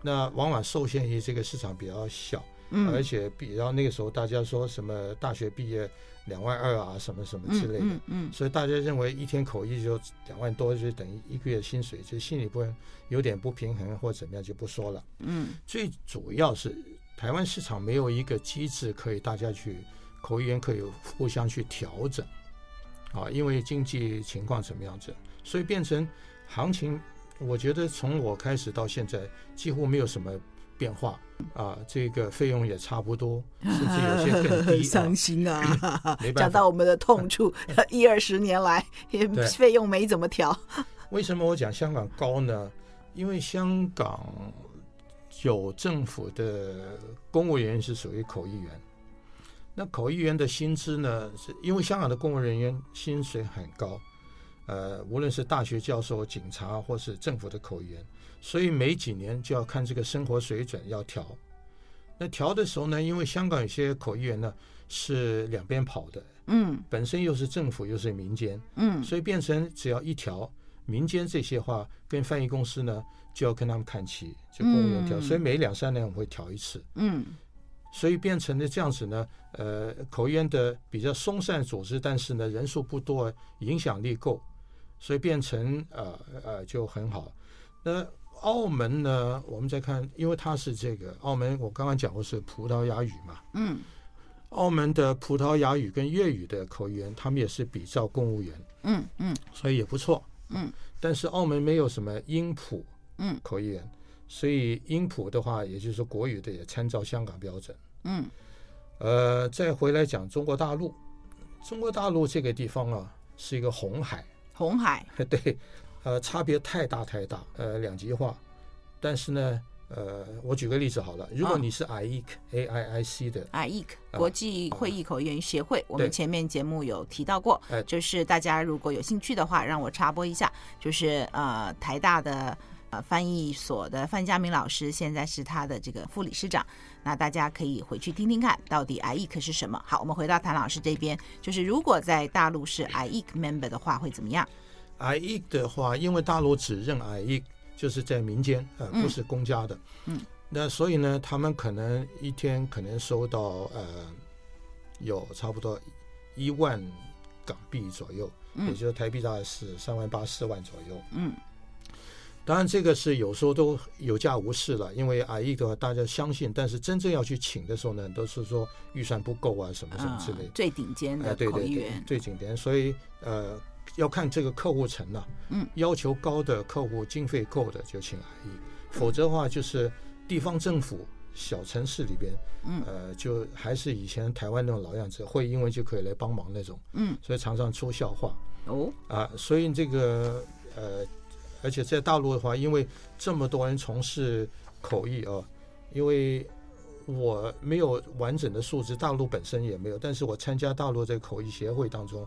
那往往受限于这个市场比较小。嗯，而且比然后那个时候大家说什么大学毕业两万二啊，什么什么之类的，嗯嗯嗯，所以大家认为一天口译就两万多，就等于一个月薪水，就心里不有点不平衡或怎么样就不说了。嗯，最主要是台湾市场没有一个机制可以大家去口译员可以互相去调整啊，因为经济情况怎么样子，所以变成行情，我觉得从我开始到现在几乎没有什么变化啊，这个费用也差不多，甚至有些 *laughs* 更低啊伤。心啊没办！法 *laughs* 讲到我们的痛处，一二十年来也对费用没怎么调。为什么我讲香港高呢？因为香港有政府的公务员是属于口译员，那口译员的薪资呢，是因为香港的公务人员薪水很高，呃，无论是大学教授、警察或是政府的口译员，所以每几年就要看这个生活水准要调。那调的时候呢，因为香港有些口译员呢是两边跑的，嗯本身又是政府又是民间，嗯所以变成只要一条民间这些话跟翻译公司呢，就要跟他们看齐，就公务员调，嗯所以每两三年我们会调一次，嗯所以变成了这样子呢，呃，口译员的比较松散组织，但是呢人数不多，影响力够，所以变成呃呃就很好。那澳门呢，我们再看，因为它是这个澳门，我刚刚讲过是葡萄牙语嘛，嗯澳门的葡萄牙语跟粤语的口译员，他们也是比照公务员。嗯嗯所以也不错。嗯，但是澳门没有什么英普，嗯，口译员，所以英普的话，也就是说国语的也参照香港标准。嗯呃，再回来讲中国大陆，中国大陆这个地方啊，是一个红海， *laughs* 红海，对，呃，差别太大太大，呃，两极化。但是呢，呃，我举个例子好了，如果啊你是 IEC、A I I C 的，啊 e 啊国际会议口译员协会，我们对前面节目有提到过哎，就是大家如果有兴趣的话，让我插播一下，就是呃台大的。呃，翻译所的范家明老师现在是他的这个副理事长，那大家可以回去听听看，到底 IEC 是什么。好，我们回到谭老师这边，就是如果在大陆是 IEC member 的话，会怎么样？ IE 的话，因为大陆只认 IE，就是在民间，呃，嗯不是公家的。嗯。那所以呢，他们可能一天可能收到呃，有差不多一万港币左右，嗯也就是台币大概是三万八四万左右。嗯当然，这个是有时候都有价无市了，因为 IE 的话大家相信，但是真正要去请的时候呢，都是说预算不够啊，什么什么啊之类的。最顶尖哎，的对口对译对员，，最紧点，所以呃，要看这个客户层了、啊嗯，要求高的客户，经费够的就请 IE，否则的话就是地方政府、小城市里边，嗯呃，就还是以前台湾那种老样子，会英文就可以来帮忙那种，嗯所以常常出笑话哦，啊。所以这个呃，而且在大陆的话，因为这么多人从事口译啊，因为我没有完整的数字，大陆本身也没有，但是我参加大陆这个口译协会当中，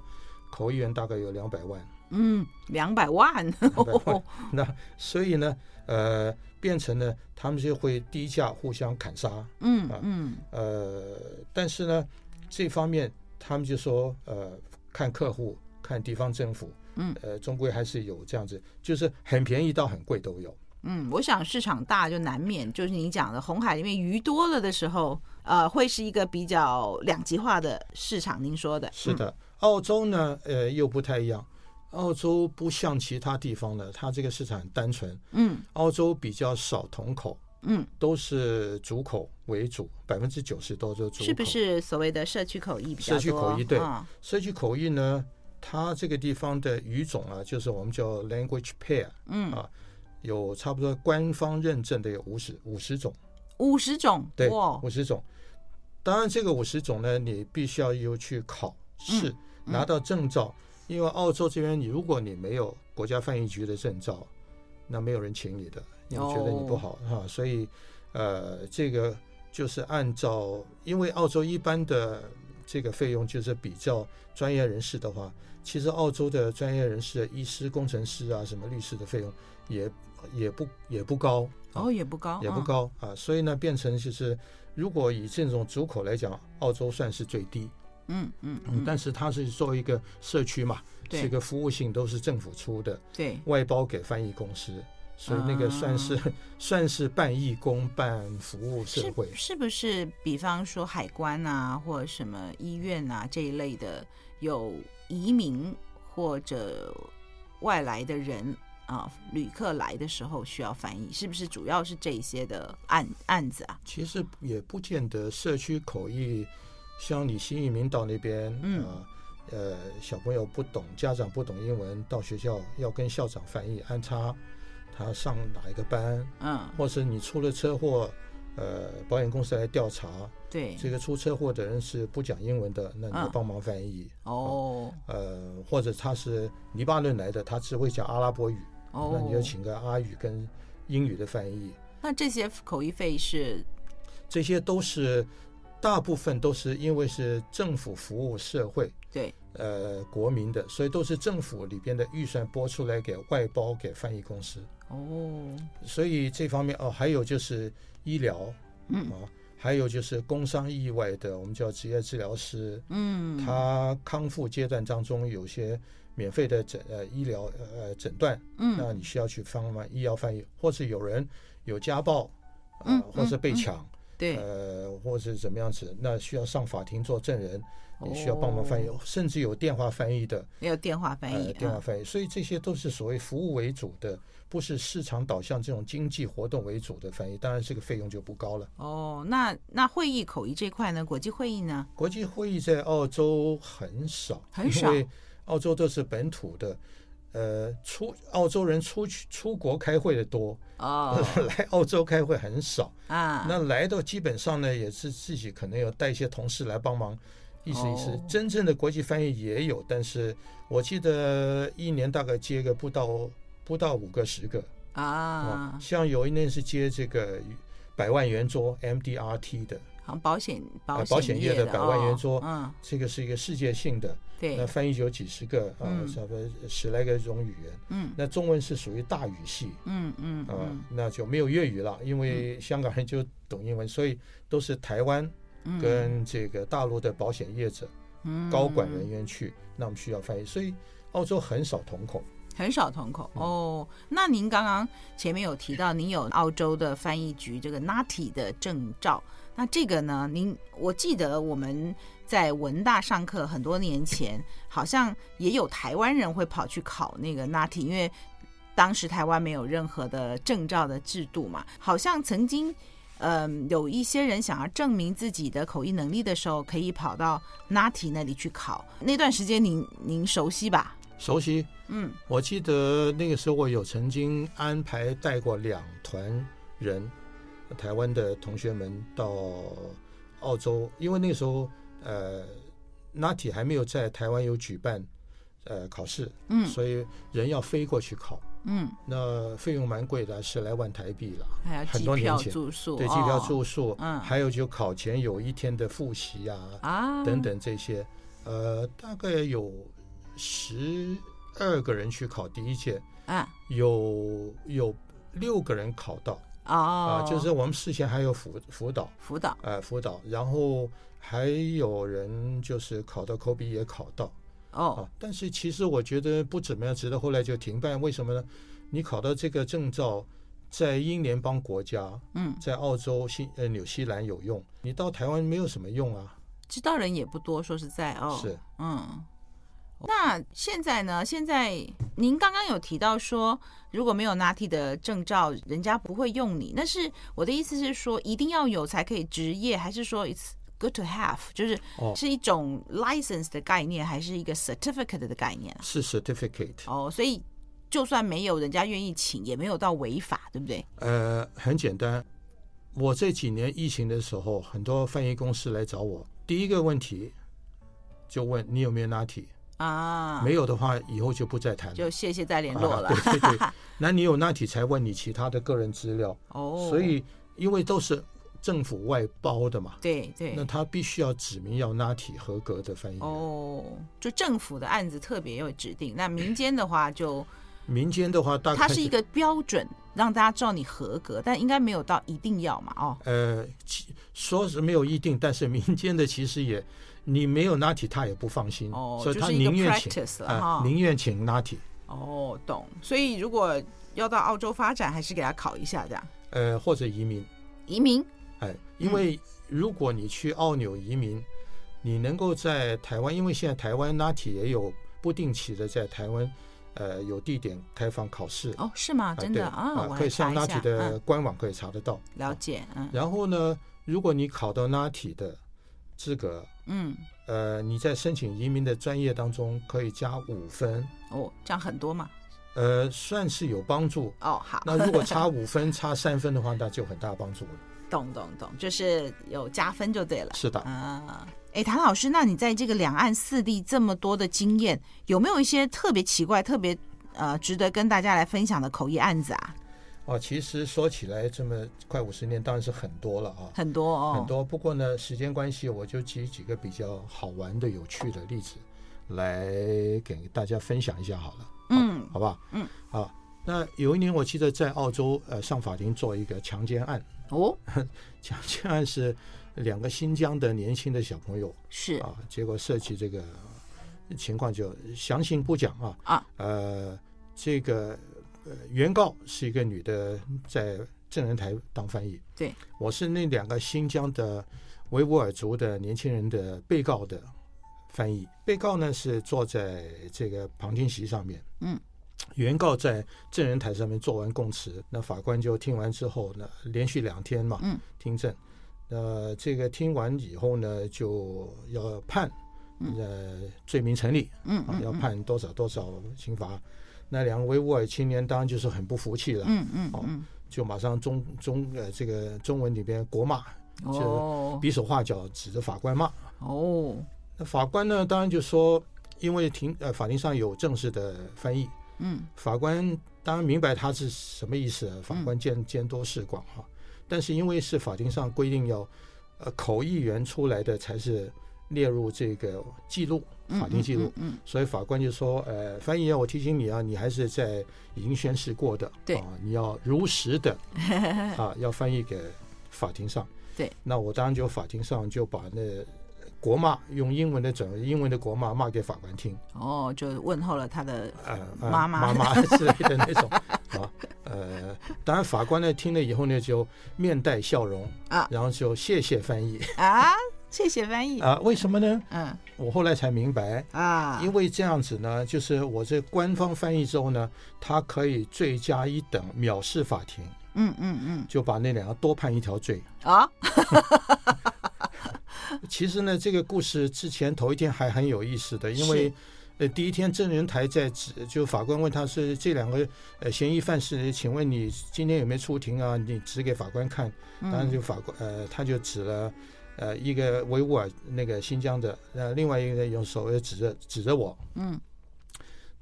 口译员大概有两百万，嗯，两百万， 200万那所以呢，呃，变成呢，他们就会低价互相砍杀，嗯啊嗯呃，但是呢，这方面他们就说，呃，看客户，看地方政府，嗯，呃，终归还是有这样子，就是很便宜到很贵都有，嗯，我想市场大就难免就是你讲的红海里面鱼多了的时候，呃，会是一个比较两极化的市场。您说的是，的，澳洲呢，呃，又不太一样。澳洲不像其他地方呢，它这个市场很单纯。嗯澳洲比较少同口，嗯，都是主口为主，百分之九十都是主口。是不？是所谓的社区口译比较多？社区口译对嗯社区口译呢，它这个地方的语种啊，就是我们叫 language pair，嗯，啊有差不多官方认证的有五十五十种，五十种，对哇，，五十种。当然，这个五十种呢，你必须要有去考试，嗯拿到证照。因为澳洲这边，你如果你没有国家翻译局的证照，那没有人请你的，因为觉得你不好哦哈、所以，呃，这个就是按照，因为澳洲一般的这个费用就是比较专业人士的话，其实澳洲的专业人士，医师、工程师啊，什么律师的费用也也不也不高。啊哦，也不高，也不嗯，高啊，所以呢，变成就是，如果以这种主口来讲，澳洲算是最低，嗯嗯嗯，嗯，但是它是作为一个社区嘛，对是一个服务性都是政府出的，对，外包给翻译公司，所以那个算是、 *laughs* 算是半义工半服务社啊是会。是不是？比方说海关啊，或者什么医院啊这一类的，有移民或者外来的人啊，旅客来的时候需要翻译，是不是主要是这些的案案子啊？其实也不见得社区口译，像你新移民到那边，嗯啊呃，小朋友不懂，家长不懂英文，到学校要跟校长翻译，安插他上哪一个班。嗯，或是你出了车祸，呃，保险公司来调查对，这个出车祸的人是不讲英文的，那你嗯要帮忙翻译。哦，呃，或者他是黎巴嫩来的，他只会讲阿拉伯语，哦那你就请个阿语跟英语的翻译，那这些口译费是这些都是大部分都是因为是政府服务社会，对呃国民的，所以都是政府里边的预算拨出来给外包给翻译公司。哦，所以这方面哦，还有就是医疗，嗯啊，还有就是工伤意外的，我们叫职业治疗师，嗯，他康复阶段当中有些免费的诊呃医疗呃诊断，那嗯你需要去翻翻医药翻译，或是有人有家暴，啊、嗯或是嗯被嗯抢，对，呃，或是怎么样子，那需要上法庭做证人，你需要帮忙翻译，哦甚至有电话翻译的，没有电话翻译呃，电话啊，翻译，所以这些都是所谓服务为主的，不是市场导向这种经济活动为主的翻译，当然这个费用就不高了。哦，那那会议口译这块呢，国际会议呢，国际会议在澳洲很少，很少因为澳洲都是本土的，呃，出澳洲人出去出国开会的多， *laughs* 哦来澳洲开会很少。啊，那来的基本上呢，也是自己可能有带一些同事来帮忙。意思意思哦，真正的国际翻译也有，但是我记得一年大概接个不到不到五个十个啊，哦像有一年是接这个百万圆桌 MDRT 的，好像保险呃保保险险业的百万元桌哦嗯，这个是一个世界性的，那对，翻译就有几十个啊嗯，差不多十来个种语言。嗯那中文是属于大语系嗯嗯啊、嗯那就没有粤语了，因为香港人就懂英文，所以都是台湾嗯，跟这个大陆的保险业者、嗯高管人员去，那我们需要翻译，所以澳洲很少瞳孔。很少瞳孔哦。那您刚刚前面有提到，您有澳洲的翻译局这个 NATI 的证照，那这个呢，您我记得我们在文大上课很多年前，好像也有台湾人会跑去考那个 NATI，因为当时台湾没有任何的证照的制度嘛，好像曾经。嗯，有一些人想要证明自己的口译能力的时候，可以跑到 NATI 那里去考。那段时间您您熟悉吧？熟悉，嗯，我记得那个时候我有曾经安排带过两团人，台湾的同学们到澳洲，因为那时候呃，NATI 还没有在台湾有举办呃考试，嗯所以人要飞过去考，嗯，那费用蛮贵的，十来万台币了。还有很机多年票、前住宿，对，机票、住宿，嗯还有就考前有一天的复习啊，哦、啊等，等这些，呃，大概有十二个人去考第一届，啊有有六个人考到啊、哦，就是我们事先还有辅辅导，辅导，呃，辅导，然后还有人就是考到口笔也考到哦啊，但是其实我觉得不怎么样，直到后来就停办，为什么呢？你考到这个证照，在英联邦国家，嗯，在澳洲、新呃纽西兰有用，你到台湾没有什么用啊，知道人也不多，说实在哦，是。嗯。那现在呢？现在您刚刚有提到说，如果没有 NATI 的证照，人家不会用你。那是我的意思是说，一定要有才可以执业，还是说 it's good to have，就是哦是一种 license 的概念，还是一个 certificate 的概念啊？是 certificate。哦，所以就算没有人家愿意请，也没有到违法，对不对？呃，很简单。我这几年疫情的时候，很多翻译公司来找我，第一个问题就问你有没有 NATI，、啊，没有的话，以后就不再谈了。就谢谢再联络了。啊、对对 *laughs* 对，那你有 NATI 才问你其他的个人资料，哦，所以因为都是政府外包的嘛，对对那，他必须要指明要 NATI 合格的翻译员。哦，就政府的案子特别有指定，那民间的话就啊民间的话，大概它是一个标准，让大家知道你合格，但应该没有到一定要嘛。哦，呃，其说是没有一定，但是民间的其实也，你没有 NATI 他也不放心，哦嗯所以就他是一个宁愿请 practice 了啊、哈宁愿请 NATI。哦，懂。所以如果要到澳洲发展，还是给他考一下这样。呃，或者移民，移民哎、因嗯为如果你去澳纽移民，你能够在台湾，因为现在台湾 NATI 也有不定期的在台湾，呃，有地点开放考试，哦，是吗？啊真对的啊，我可还以上查一 NATI 下。的嗯，官网可以查得到。哦了解。嗯然后呢，如果你考到 NATI 的资格，嗯，呃，你在申请移民的专业当中可以加五分，哦，这样很多嘛。呃，算是有帮助。哦，好。那 *laughs* 如果差五分、差三分的话，那就很大帮助了。懂懂懂，就是有加分就对了。是的，啊，哎，谭老师，那你在这个两岸四地这么多的经验，有没有一些特别奇怪、特别呃值得跟大家来分享的口译案子啊？哦，其实说起来这么快五十年，当然是很多了啊，很多哦，很多。不过呢，时间关系，我就举几个比较好玩的、有趣的例子来给大家分享一下好了，嗯好不好？嗯。啊，那有一年我记得在澳洲呃上法庭做一个强奸案，哦强奸案是两个新疆的年轻的小朋友是啊，结果涉及这个情况就详情不讲啊。啊，呃，这个呃原告是一个女的，在证人台当翻译。对，我是那两个新疆的维吾尔族的年轻人的被告的翻译。被告呢是坐在这个旁听席上面，嗯，原告在证人台上面做完供词，那法官就听完之后呢，连续两天嘛，嗯，听证。那呃这个听完以后呢，就要判，嗯呃，罪名成立，嗯啊，嗯要判多少多少刑罚。那两个维吾尔青年当然就是很不服气了，嗯嗯哦嗯就马上中中呃这个中文里边国骂，哦比手画脚指着法官骂。哦那法官呢，当然就说，因为庭呃法庭上有正式的翻译，嗯法官当然明白他是什么意思，法官见见多识广哈、但是因为是法庭上规定要，呃口译员出来的才是列入这个记录，嗯法定记录。嗯所以法官就说：“呃，翻译啊，我提醒你啊，你还是在已经宣誓过的，对啊，你要如 *laughs* 实的啊，要翻译给法庭上。”对，那我当然就法庭上就把那国骂用英文的整英文的国骂骂给法官听，嗯哦就问候了他的呃，呃妈妈妈 *laughs* 妈之类的那种啊，呃，当然法官呢听了以后呢就面带笑容啊然后就谢谢翻译啊 *laughs* 谢谢翻译啊，为什么呢？嗯我后来才明白，啊因为这样子呢，就是我这官方翻译之后呢，他可以罪加一等，藐视法庭，嗯嗯嗯就把那两个多判一条罪。啊其实呢，这个故事之前头一天还很有意思的，因是为。呃，第一天证人台在指，就法官问他是这两个呃嫌疑犯是，请问你今天有没有出庭啊？你指给法官看，嗯当然就法官呃他就指了呃一个维吾尔那个新疆的，呃另外一个用手又指着指着我，嗯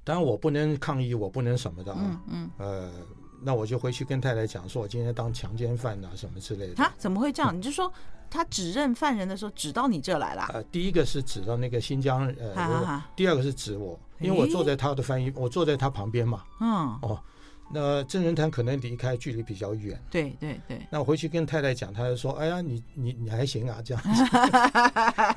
当然我不能抗议，我不能什么的啊，嗯嗯呃，那我就回去跟太太讲，说我今天当强奸犯呐、什么之类的。他怎么会这样？你就说他指认犯人的时候指到你这来了，呃，第一个是指到那个新疆 *laughs* 呃，哈我哈第二个是指我，因为我坐在他的翻译，我坐在他旁边嘛。哈，哦嗯，那证人团可能离开距离比较远，对对对，那我回去跟太太讲，她就说：“哎呀，你你你还行啊，这样。”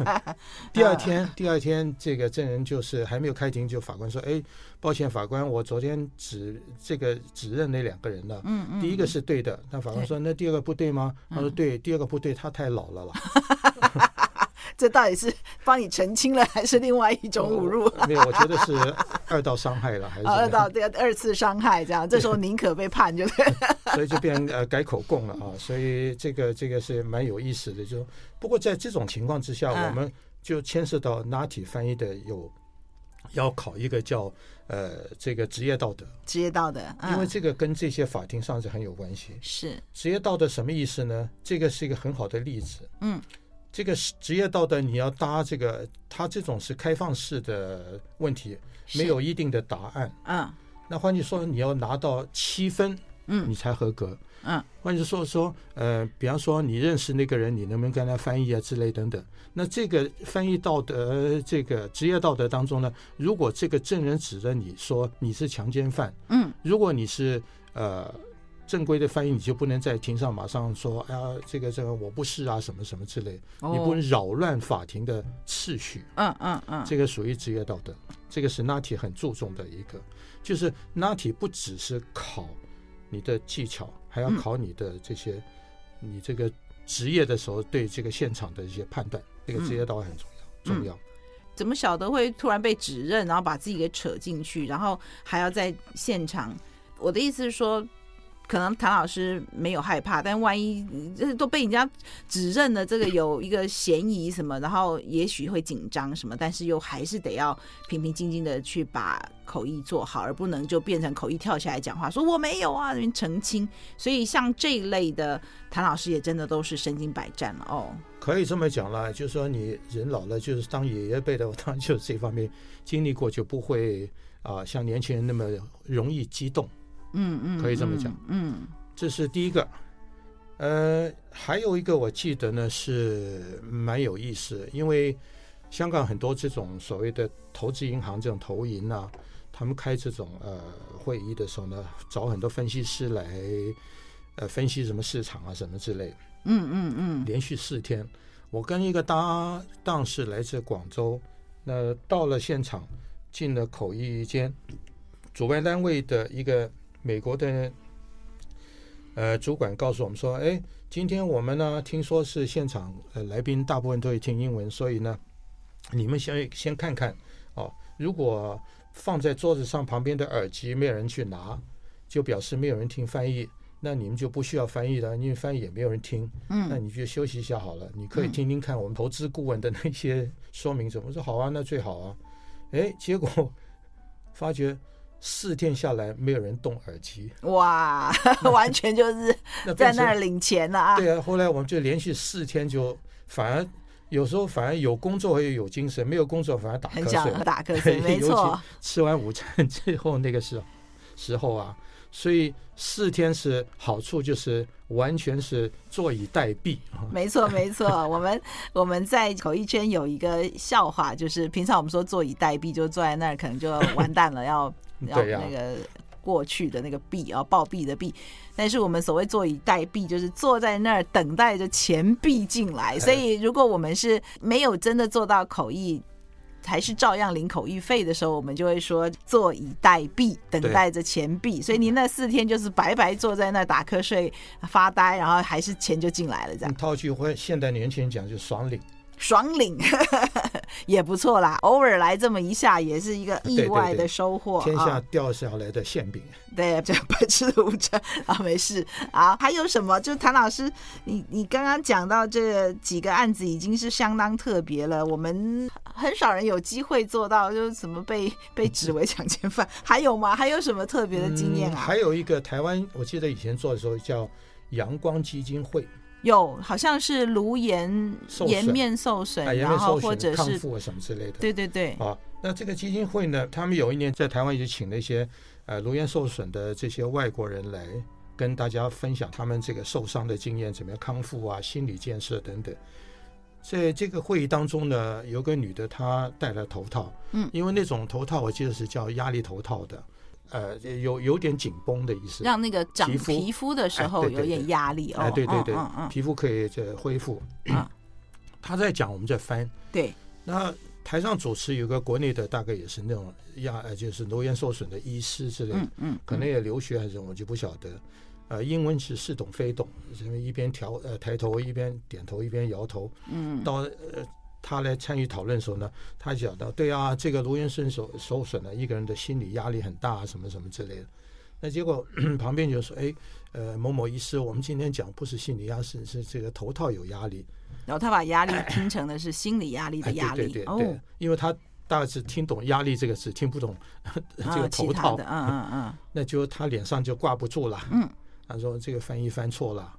*laughs* 第二天，第二天这个证人就是还没有开庭，就法官说：“哎，抱歉，法官，我昨天指这个指认那两个人了。”嗯嗯，第一个是对的，那法官说那第二个不对吗？他说对，第二个不对，他太老 *laughs* 了啦，这到底是帮你澄清了，还是另外一种侮辱？ *laughs* 没有，我觉得是二道伤害哦了，还是啊，二怎么到样，这个二次伤害这样，这时候宁可被判， *laughs* 就对。所以就变呃改口供了啊，所以这个这个是蛮有意思的，就不过在这种情况之下，嗯我们就牵涉到 Nati 翻译的有要考一个叫呃这个职业道德，职业道德，嗯因为这个跟这些法庭上是很有关系。是职业道德什么意思呢？这个是一个很好的例子。嗯，这个是职业道德你要搭这个，它这种是开放式的问题，是没有一定的答案。嗯那换句说，你要拿到七分，嗯你才合格。嗯，换句说说，呃，比方说你认识那个人，你能不能跟他翻译啊之类等等。那这个翻译道德，呃这个职业道德当中呢，如果这个证人指着你说你是强奸犯，嗯如果你是呃正规的翻译，你就不能在庭上马上说，哎呀，这个这个我不是啊，什么什么之类，哦你不能扰乱法庭的秩序，嗯嗯嗯这个属于职业道德，这个是 Nati 很注重的一个，就是 Nati 不只是考你的技巧，还要嗯考你的这些、你这个职业的时候对这个现场的一些判断，这个职业道德很重要，重要。怎么晓得会突然被指认，然后把自己给扯进去，然后还要在现场？我的意思是说，可能谭老师没有害怕，但万一就是都被人家指认了这个有一个嫌疑什么，然后也许会紧张什么，但是又还是得要平平静静的去把口译做好，而不能就变成口译跳下来讲话说我没有啊，人澄清。所以像这一类的，谭老师也真的都是身经百战了哦。可以这么讲啦，就是说你人老了，就是当爷爷辈的，我当然就是这方面经历过，就不会啊、像年轻人那么容易激动。嗯嗯，可以这么讲嗯。这是第一个。呃，还有一个我记得呢是蛮有意思，因为香港很多这种所谓的投资银行这种投银啊，他们开这种呃会议的时候呢，找很多分析师来呃分析什么市场啊什么之类的。嗯嗯嗯连续四天，我跟一个搭档是来自广州，那到了现场，进了口译间，主办单位的一个美国的呃主管告诉我们说，哎，今天我们呢听说是现场呃来宾大部分都会听英文，所以呢，你们先先看看哦，如果放在桌子上旁边的耳机没有人去拿，就表示没有人听翻译。那你们就不需要翻译了，因为翻译也没有人听。那嗯你就休息一下好了。你可以嗯听听看我们投资顾问的那些说明什么。我 *laughs* 说好啊，那最好啊。哎，结果发觉四天下来没有人动 *laughs* 耳机，嗯，哇，完全就是那在变成那儿领钱了啊。对啊。后来我们就连续四天就反而有时候反而有工作会有精神，没有工作反而打很瞌想睡。打 *laughs* 瞌睡，没尤错。吃完午餐之后那个时候时候 *laughs* 啊，所以四天是好处就是完全是坐以待毙啊。没错，没错。我们我们在口译圈有一个笑话，就是平常我们说坐以待毙，就坐在那儿可能就完蛋 *laughs* 了，要要对呀、那个过去的那个币啊，暴毙的币。但是我们所谓坐以待毙，就是坐在那儿等待着钱币进哎来。所以如果我们是没有真的做到口译。还是照样领口译费的时候，我们就会说坐以待毙，等待着钱币。所以您那四天就是白白坐在那儿打瞌睡、发呆，然后还是钱就进来了，这样。用套句话，现代年轻人讲就是爽领。爽领 *laughs* 也不错啦，偶尔来这么一下也是一个意外的收获天下啊！掉下来的馅饼，对， *laughs* 这白吃的无常啊，没事啊。还有什么？就是谭老师，你你刚刚讲到这几个案子已经是相当特别了，我们很少人有机会做到，就是怎么 *laughs* 被被指为抢劫犯， *laughs* 还有吗？还有什么特别的经验嗯啊？还有一个台湾，我记得以前做的时候叫阳光基金会，有，好像是颅炎受损颜面受损，啊，颜然面后受或者损、康是复啊什么之类的。对对对，啊，那这个基金会呢，他们有一年在台湾也请了一些呃颅炎受损的这些外国人来跟大家分享他们这个受伤的经验，怎么样康复啊、心理建设等等。在这个会议当中呢，有个女的她戴了头套，嗯因为那种头套我记得是叫压力头套的，呃，有有点紧绷的意思，让那个长皮肤皮肤的时候哎对对有点压力哦。哎，对对对嗯嗯，嗯皮肤可以这恢复啊。 *clears throat* 他在讲，我们在翻。对，那台上主持有个国内的，大概也是那种亚，呃就是颅炎受损的医师之类的嗯，嗯，可能也留学还是什么我就不晓得。呃，英文是似懂非懂，因为一边调呃抬头一边点头一边摇头。嗯到呃他来参与讨论的时候呢，他讲到，对啊，这个颅炎受损受损了，一个人的心理压力很大，什么什么之类的。那结果 *clears throat* 旁边就说，哎，呃，某某医师，我们今天讲不是心理压力，是是这个头套有压力。然后他把压力听成的是心理压力的哎，压对力对对对哦，，因为他大致听懂压力这个字，听不懂 *laughs* 这啊个其头他套的，，嗯嗯 *laughs* 嗯，那就他脸上就挂不住了。嗯，他说这个翻译翻错了。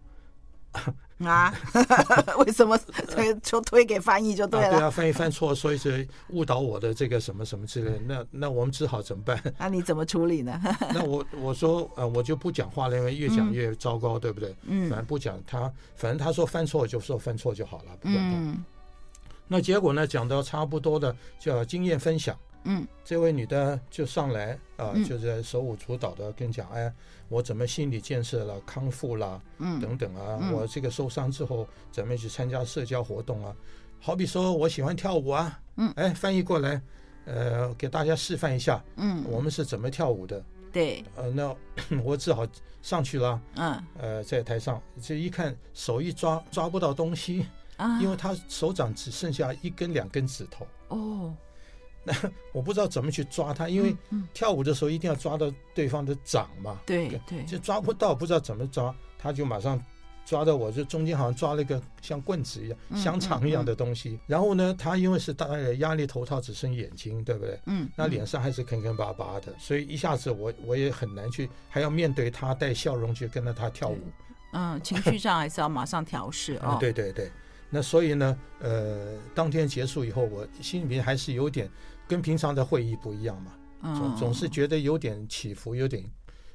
啊， *laughs* 为什么推就推给翻译就对啊，对了？啊，翻译翻错，所以是误导我的这个什么什么 *laughs* 之类的。那那我们只好怎么办？ *laughs* 那你怎么处理呢？ *laughs* 那我我说呃，我就不讲话了，因为越讲嗯越糟糕，对不对？反嗯正不讲他，反正他说翻错就说翻错就好了，不管他。嗯那结果呢，讲到差不多的叫经验分享，嗯这位女的就上来啊、嗯就是手舞足蹈的跟你讲，哎，我怎么心理建设了、康复啦嗯等等啊，嗯我这个受伤之后怎么去参加社交活动啊？好比说我喜欢跳舞啊，嗯哎，翻译过来，呃，给大家示范一下我嗯，们是怎么跳舞的。对，呃，那 *coughs* 我只好上去了，嗯呃，在台上这一看，手一抓抓不到东西，啊因为他手掌只剩下一根两根指头。哦，我不知道怎么去抓它，因为嗯跳舞的时候一定要抓到对方的掌嘛，对对就抓不到，不知道怎么抓，他就马上抓到我，就中间好像抓了一个像棍子一样、嗯香肠一样的东西。然后呢，他因为是戴了压力头套，只剩眼睛，对不对？嗯，那脸上还是坑坑巴巴的，所以一下子我我也很难去，还要面对他带笑容去跟着他跳舞。嗯，情绪上还是要马上调试 *laughs* 啊、哦。对对对。那所以呢，呃，当天结束以后，我心里面还是有点跟平常的会议不一样嘛，总嗯，总是觉得有点起伏，有点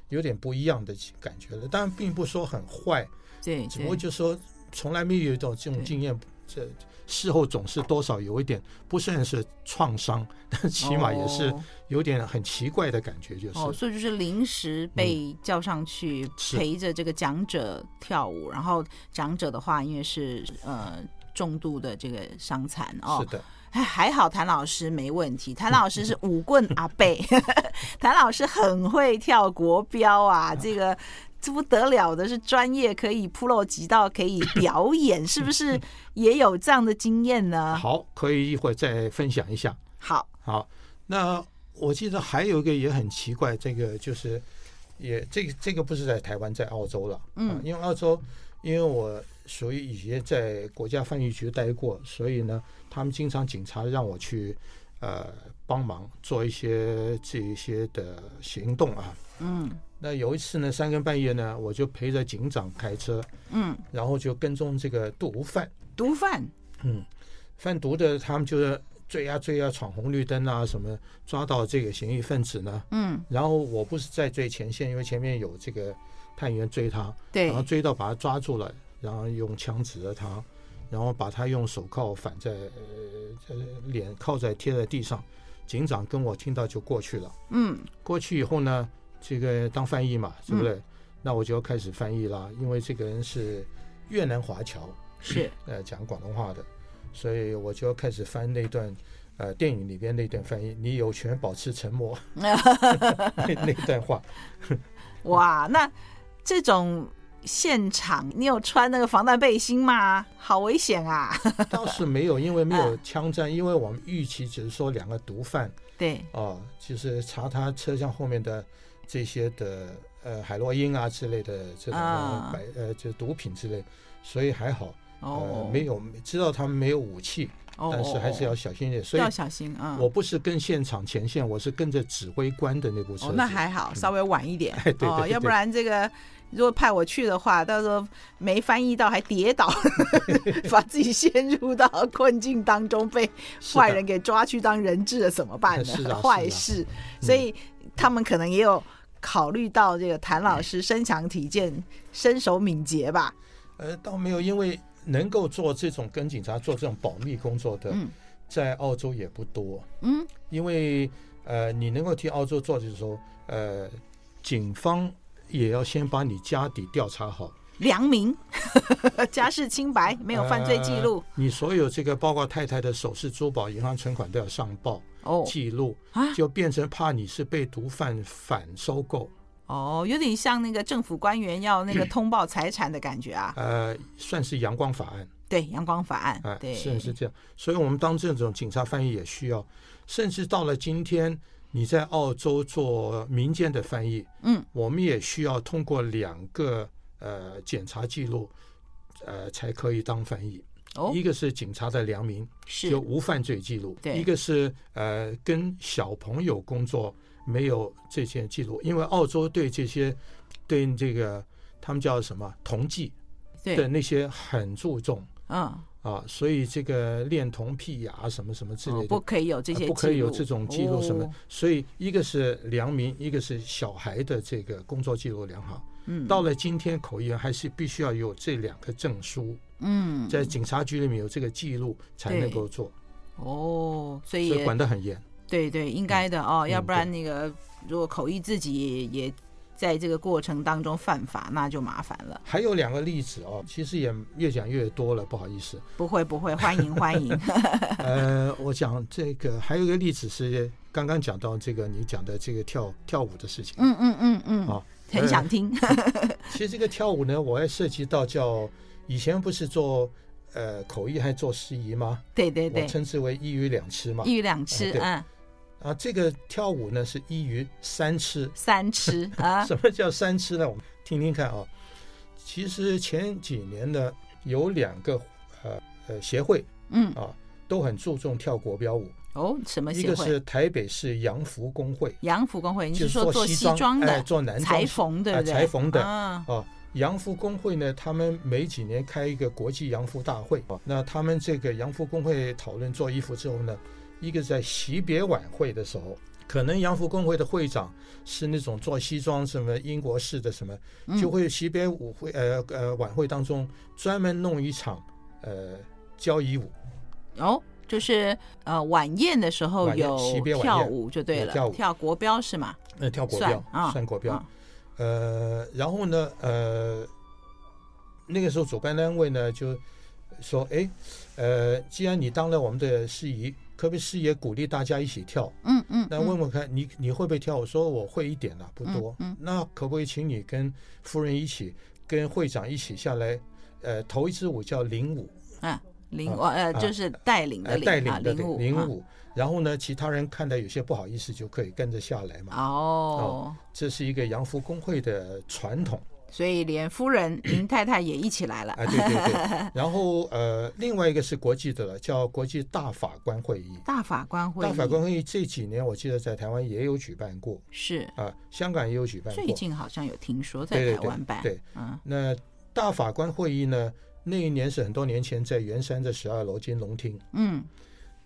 有点不一样的感觉了。当然，并不说很坏，对，只不过对就说从来没有一种这种对经验，这事后总是多少有一点不算是创伤，但起码也是哦有点很奇怪的感觉，就是、哦，所以就是临时被叫上去是陪着这个讲者跳舞，然后讲者的话，因为是呃重度的这个伤残哦是，的，还还好谭老师没问题，谭老师是舞棍阿贝， *laughs* 谭老师很会跳国标啊，这个。这不得了的是专业，可以 pro 级到可以表演，是不是也有这样的经验呢？好，可以一会儿再分享一下。好，好，那我记得还有一个也很奇怪，这个就是也这个这个不是在台湾，在澳洲了。嗯啊因为澳洲，因为我属于以前在国家翻译局待过，所以呢，他们经常警察让我去呃帮忙做一些这一些的行动啊。嗯那有一次呢，三更半夜呢，我就陪着警长开车，嗯，然后就跟踪这个毒贩。毒贩，嗯，贩毒的他们就是追啊追啊，闯红绿灯啊，什么抓到这个嫌疑分子呢。嗯，然后我不是在最前线，因为前面有这个探员追他，对然，后追到把他抓住了，然后用枪指着他，然后把他用手铐反在呃呃脸铐在贴在地上。警长跟我听到就过去了。嗯过去以后呢，这个当翻译嘛，对不嗯对？那我就要开始翻译啦，因为这个人是越南华侨。是，呃讲广东话的，所以我就开始翻那段呃电影里边那段翻译，你有权保持沉 *laughs* 默那那段话。哇，那这种现场，你有穿那个防弹背心吗？好危险啊！倒是没有，因为 *laughs* 没有枪战，因为我们预期只是说两个毒贩对，啊、就是查他车厢后面的这些的呃海洛因啊之类的这种啊呃白呃就毒品之类，所以还好。哦呃，，没有知道他们没有武器，哦，但是还是要哦小心一点。所以要小心啊。我不是跟现场前线，我是跟着指挥官的那部车哦子。，那还好，稍微晚一点、哎对对哦，对要不然这个如果派我去的话，到时候没翻译到还跌倒， *laughs* 把自己陷入到困境当中，被是的坏人给抓去当人质了，怎么办呢？是啊是 *laughs* 啊坏事，所以他们可能也有考虑到这个谭老师身强体健、身手敏捷吧？呃，倒没有，因为能够做这种跟警察做这种保密工作的，嗯在澳洲也不多。嗯，因为呃，你能够替澳洲做的时候，呃，警方也要先把你家底调查好，良民， *laughs* 家世清白，没有犯罪记录、呃你所有这个包括太太的首饰、珠宝、银行存款都要上报哦记录，啊就变成怕你是被毒贩反收购。哦，有点像那个政府官员要那个通报财产的感觉啊。 *clears throat* 呃，算是阳光法案。对，阳光法案，哎，对，是是这样，所以我们当这种警察翻译也需要，甚至到了今天，你在澳洲做民间的翻译，嗯，我们也需要通过两个呃检查记录，呃，才可以当翻译。哦，一个是警察的良民，是就，无犯罪记录；对一个是呃跟小朋友工作没有这些记录，因为澳洲对这些对这个他们叫什么同济的对，那些很注重。嗯，啊，所以这个恋童癖呀、什么什么之类哦的，不可以有这啊些，不可以有这种记录什么。哦所以一个是良民，一个是小孩的这个工作记录良好。嗯，到了今天，口译员还是必须要有这两个证书，嗯，在警察局里面有这个记录才能够做，哦，所所以以管得很严。对对，应该的哦，嗯要不然那个如果口译自己也也在这个过程当中犯法，那就麻烦了。还有两个例子哦，其实也越讲越多了，不好 *laughs* 意思。不会不会，欢迎欢迎，呃，我讲这个还有一个例子是刚刚讲到这个你讲的这个跳跳舞的事情。 *laughs* 嗯嗯嗯嗯，啊，很想听，其实这个跳舞呢，我还涉及到叫以前不是做呃口译还做司仪吗？对对对我，称之为一鱼两吃嘛。一鱼两吃，哎对嗯，啊，这个跳舞呢是依于三吃。三吃啊，什么叫三吃呢？我们听听看啊。其实前几年呢，有两个呃呃协会嗯，啊，都很注重跳国标舞。哦，什么一协个会？是台北市洋服工会，洋服工会，你就是说做西西装哎，的、做男装裁缝，对哎不对？裁缝的啊，啊，洋服工会呢，他们每几年开一个国际洋服大会啊。那他们这个洋服工会讨论做衣服之后呢，一个在惜别晚会的时候，可能洋服工会的会长是那种做西装什么英国式的什么，嗯就会惜别舞会呃呃晚会当中专门弄一场呃交谊舞，哦，就是呃晚宴的时候晚宴有惜别晚宴跳舞就对有了，跳舞国标是吗？呃跳国算标啊算国标啊。呃，然后呢，呃，那个时候主办单位呢就说，哎，呃，既然你当了我们的司仪，可不可以师爷鼓励大家一起跳？嗯嗯，那嗯问问看你你会不会跳？我说我会一点啦、啊不多。嗯嗯那可不可以请你跟夫人一起，跟会长一起下来？呃，头一支舞叫领舞，领啊我呃啊就是带领的呃，带领啊领的领领舞领啊舞。然后呢，其他人看到有些不好意思，就可以跟着下来嘛。哦，这是一个洋服工会的传统。所以连夫 *coughs* 人林太太也一起来了。啊，对对对。然后呃，另外一个是国际的了，叫国际大法官会议。大法官会议，大法官会议这几年我记得在台湾也有举办过是啊，香港也有举办过最。近好像有听说对在对台湾办，对嗯那大法官会议呢，那一年是很多年前在圆山的十二楼金龙厅，嗯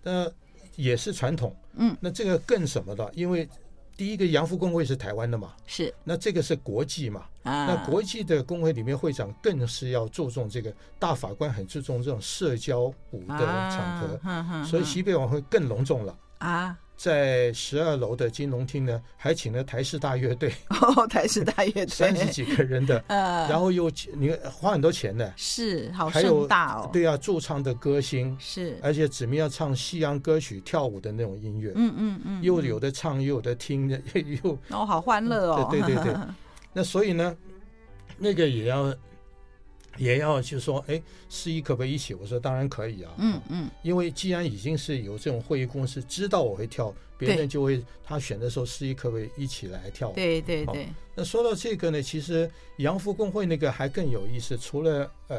那也是传统。嗯，那这个更什么的，因为第一个洋服工会是台湾的嘛，是那这个是国际嘛，啊，那国际的工会里面会长更是要注重这个大法官很注重这种社交舞的场合啊。哼哼所以哼西北晚会更隆重了。啊，在十二楼的金龙厅呢，还请了台式大乐 *laughs* 队 *laughs* 哦，台式大乐队，三十几个 *laughs* 人的，呃，然后又请你花很多钱呢，是好还有盛大哦，，对啊，哎驻唱的歌星，是，而且指明要唱西洋歌曲、跳舞的那种音乐，嗯嗯嗯，又嗯有的唱，又有的听， *laughs* 又哦，好欢乐哦，对对对对那所以呢，那个也要也要就说，哎，司仪可不可以一起？我说当然可以啊， *laughs* 嗯嗯，因为既然已经是有这种会议公司知道我会跳，别对人就会他选的时候，司仪可不可以一起来跳？对对对，那说到这个呢，其实洋服工会那个还更有意思，除了呃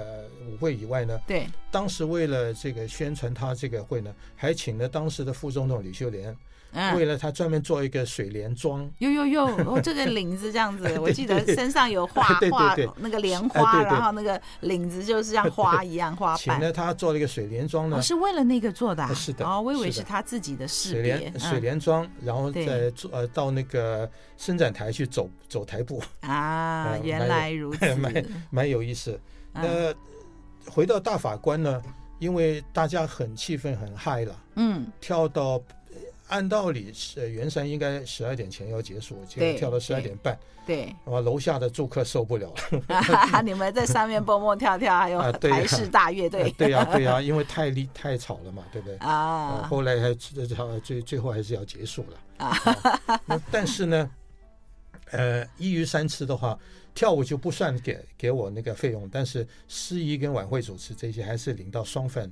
舞会以外呢，对，当时为了这个宣传他这个会呢，还请了当时的副总统李秀莲，为嗯。了他专门做一个水莲妆。呦呦呦！哦，这个领子这样子，我记得 *laughs* 对身上有画 *laughs* 对对画对那个莲哎花，对对然后那个领子就是像 *laughs* 花一样花请瓣。了他做了一个水莲妆呢哦，，是为了那个做的啊、呃是的哦，我以为是是的他自己的识水别。莲水莲妆，然后嗯对再做呃到那个伸展台去走走台步， *laughs* 嗯、啊，呃原蛮有来 *laughs* 如此。蛮蛮有意思。嗯那回到大法官呢，因为大家很气氛很嗨了，嗯，跳到呃按道理是呃圆山应该十二点前要结束，结对果跳到十二点半， *laughs* 对 *laughs* 哇，楼下的住客受不了了，你们在上面蹦蹦跳跳，还有啊对台呀式大乐队 *laughs* *laughs* 对呀、对呀、因为太厉太吵了嘛，对不对？呃啊后来还最最最后还是要结束了。啊啊那但是呢，呃，一鱼三吃的话，跳舞就不算给给我那个费用，但是司仪跟晚会主持这些还是领到双份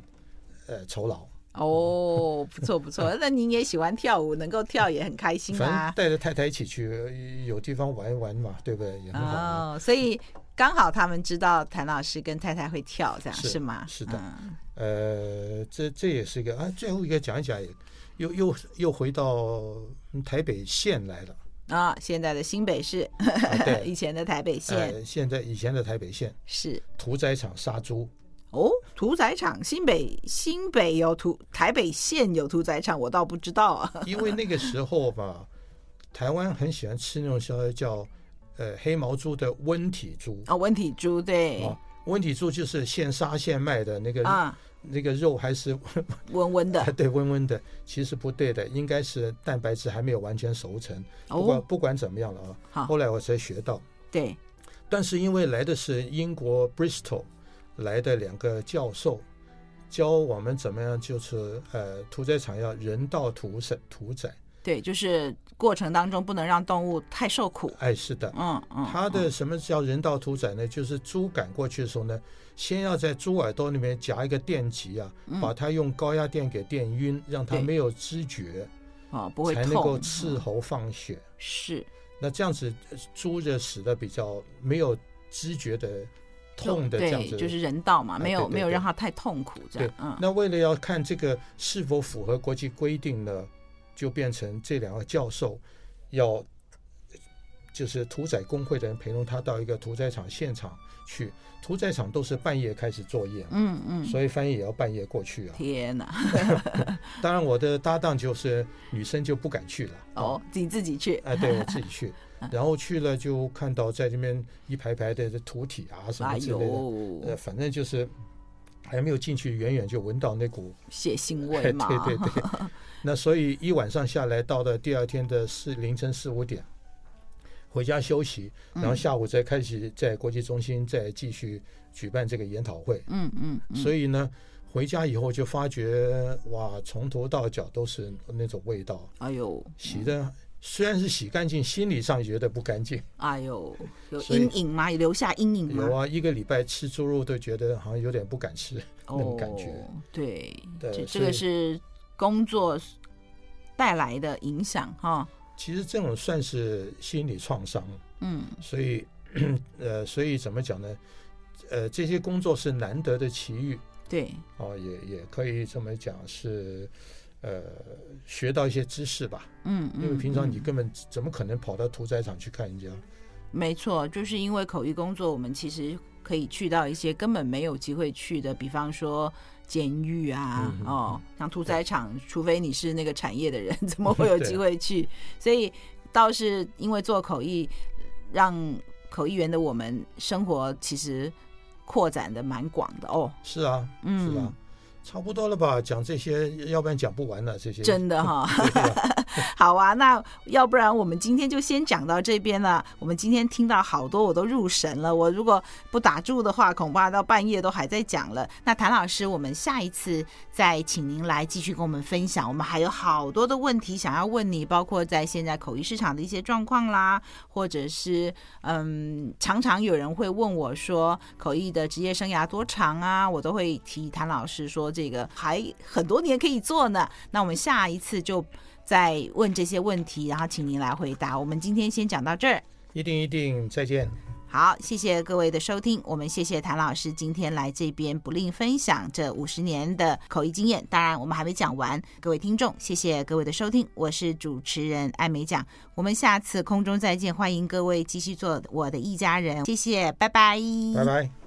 呃酬劳。哦，不错不 *laughs* 错。那您也喜欢跳舞，能够跳也很开心反正啊。带着太太一起去，呃有地方玩一玩嘛，对不对？也很好玩。哦，所以刚好他们知道谭老师跟太太会跳，这样是吗？是的嗯呃，这这也是一个啊，最后一个讲一讲也，又又又回到嗯台北县来 *laughs* 了。啊、现在的新北市，啊 *laughs* 以对，前的台北县、呃，现在以前的台北县是屠宰场 *laughs* 杀猪，哦，屠宰场新北新北有屠，台北县有屠宰场，我倒不知道啊。 *laughs* 因为那个时候吧，台湾很喜欢吃那种叫叫呃黑毛猪的温体猪啊、温体猪对啊，温体猪就是现杀现卖的那个、啊，那个肉还是温温的哎对温温的，其实不对的，应该是蛋白质还没有完全熟成。不管、哦，不管怎么样了好啊，后来我才学到。对，但是因为来的是英国 Bristol 来的两个教授，教我们怎么样就是呃屠宰场要人道屠宰屠宰。对，就是过程当中不能让动物太受苦。哎，是的，嗯嗯，他的什么叫人道屠宰呢？就是猪赶过去的时候呢，先要在猪耳朵里面夹一个电极啊，把它用高压电给电晕，让它嗯对没有知觉。哦，不会才痛，能够斥候放血。是那这样子呃猪就死的比较没有知觉的痛的这样对，子。就是人道嘛，哎没有对对没有对让它太痛苦这样对，嗯，那为了要看这个是否符合国际规定呢，就变成这两个教授要就是屠宰工会的人陪同他到一个屠宰场现场去。屠宰场都是半夜开始作业嘛，嗯嗯，所以翻译也要半夜过去啊。天哪，当然，我的搭档就是女生就不敢去了。哦，你自己去，哎，对我自 *laughs* 己去，嗯然后去了就看到在这边一排排的土体啊什哎么之类的，呦，呃，反正就是还没有进去，远远就闻到 *laughs* 那股，血腥味 *laughs* 对嘛，*laughs* 对对。那所以一晚上下来，到了第二天的四凌晨四五点，回家休息，嗯然后下午再开始在国际中心再继续举办这个研讨会。嗯嗯嗯，所以呢，回家以后就发觉哇，从头到脚都是那种味道，哎呦，洗的虽然是洗干净，心理上觉得不干净。哎呦，有所以阴影吗？有留下阴影有吗？啊，一个礼拜吃猪肉都觉得好像有点不敢吃。那种感觉哦，对，对这这所以个是工作带来的影响哈，其实这种算是心理创伤，嗯，所以呃，所以怎么讲呢？呃，这些工作是难得的奇遇对，哦，也也可以这么讲是。呃，学到一些知识吧，嗯，因为嗯平常你嗯根本怎么可能跑到屠宰场去看人家？没错，就是因为口译工作，我们其实可以去到一些根本没有机会去的，比方说监狱啊，嗯嗯哦，像屠宰场，除非你是那个产业的人， *laughs* 怎么会有对啊机会去？所以倒是因为做口译，让口译员的我们生活其实扩展的蛮广的哦。是啊，嗯是吧？差不多了吧？讲这些，要不然讲不完了。这些真的哈、 *laughs* 对吧 *laughs* 好啊，那要不然我们今天就先讲到这边了。我们今天听到好多，我都入神了。我如果不打住的话，恐怕到半夜都还在讲了。那谭老师，我们下一次再请您来继续跟我们分享。我们还有好多的问题想要问你，包括在现在口译市场的一些状况啦，或者是嗯，常常有人会问我说，口译的职业生涯多长啊？我都会提谭老师说，这个还很多年可以做呢。那我们下一次就再问这些问题，然后请您来回答。我们今天先讲到这儿。一定一定，再见。好，谢谢各位的收听，我们谢谢谭老师今天来这边不吝分享这五十年的口译经验。当然，我们还没讲完，各位听众，谢谢各位的收听，我是主持人艾美奖，我们下次空中再见，欢迎各位继续做我的一家人，谢谢，拜拜拜拜。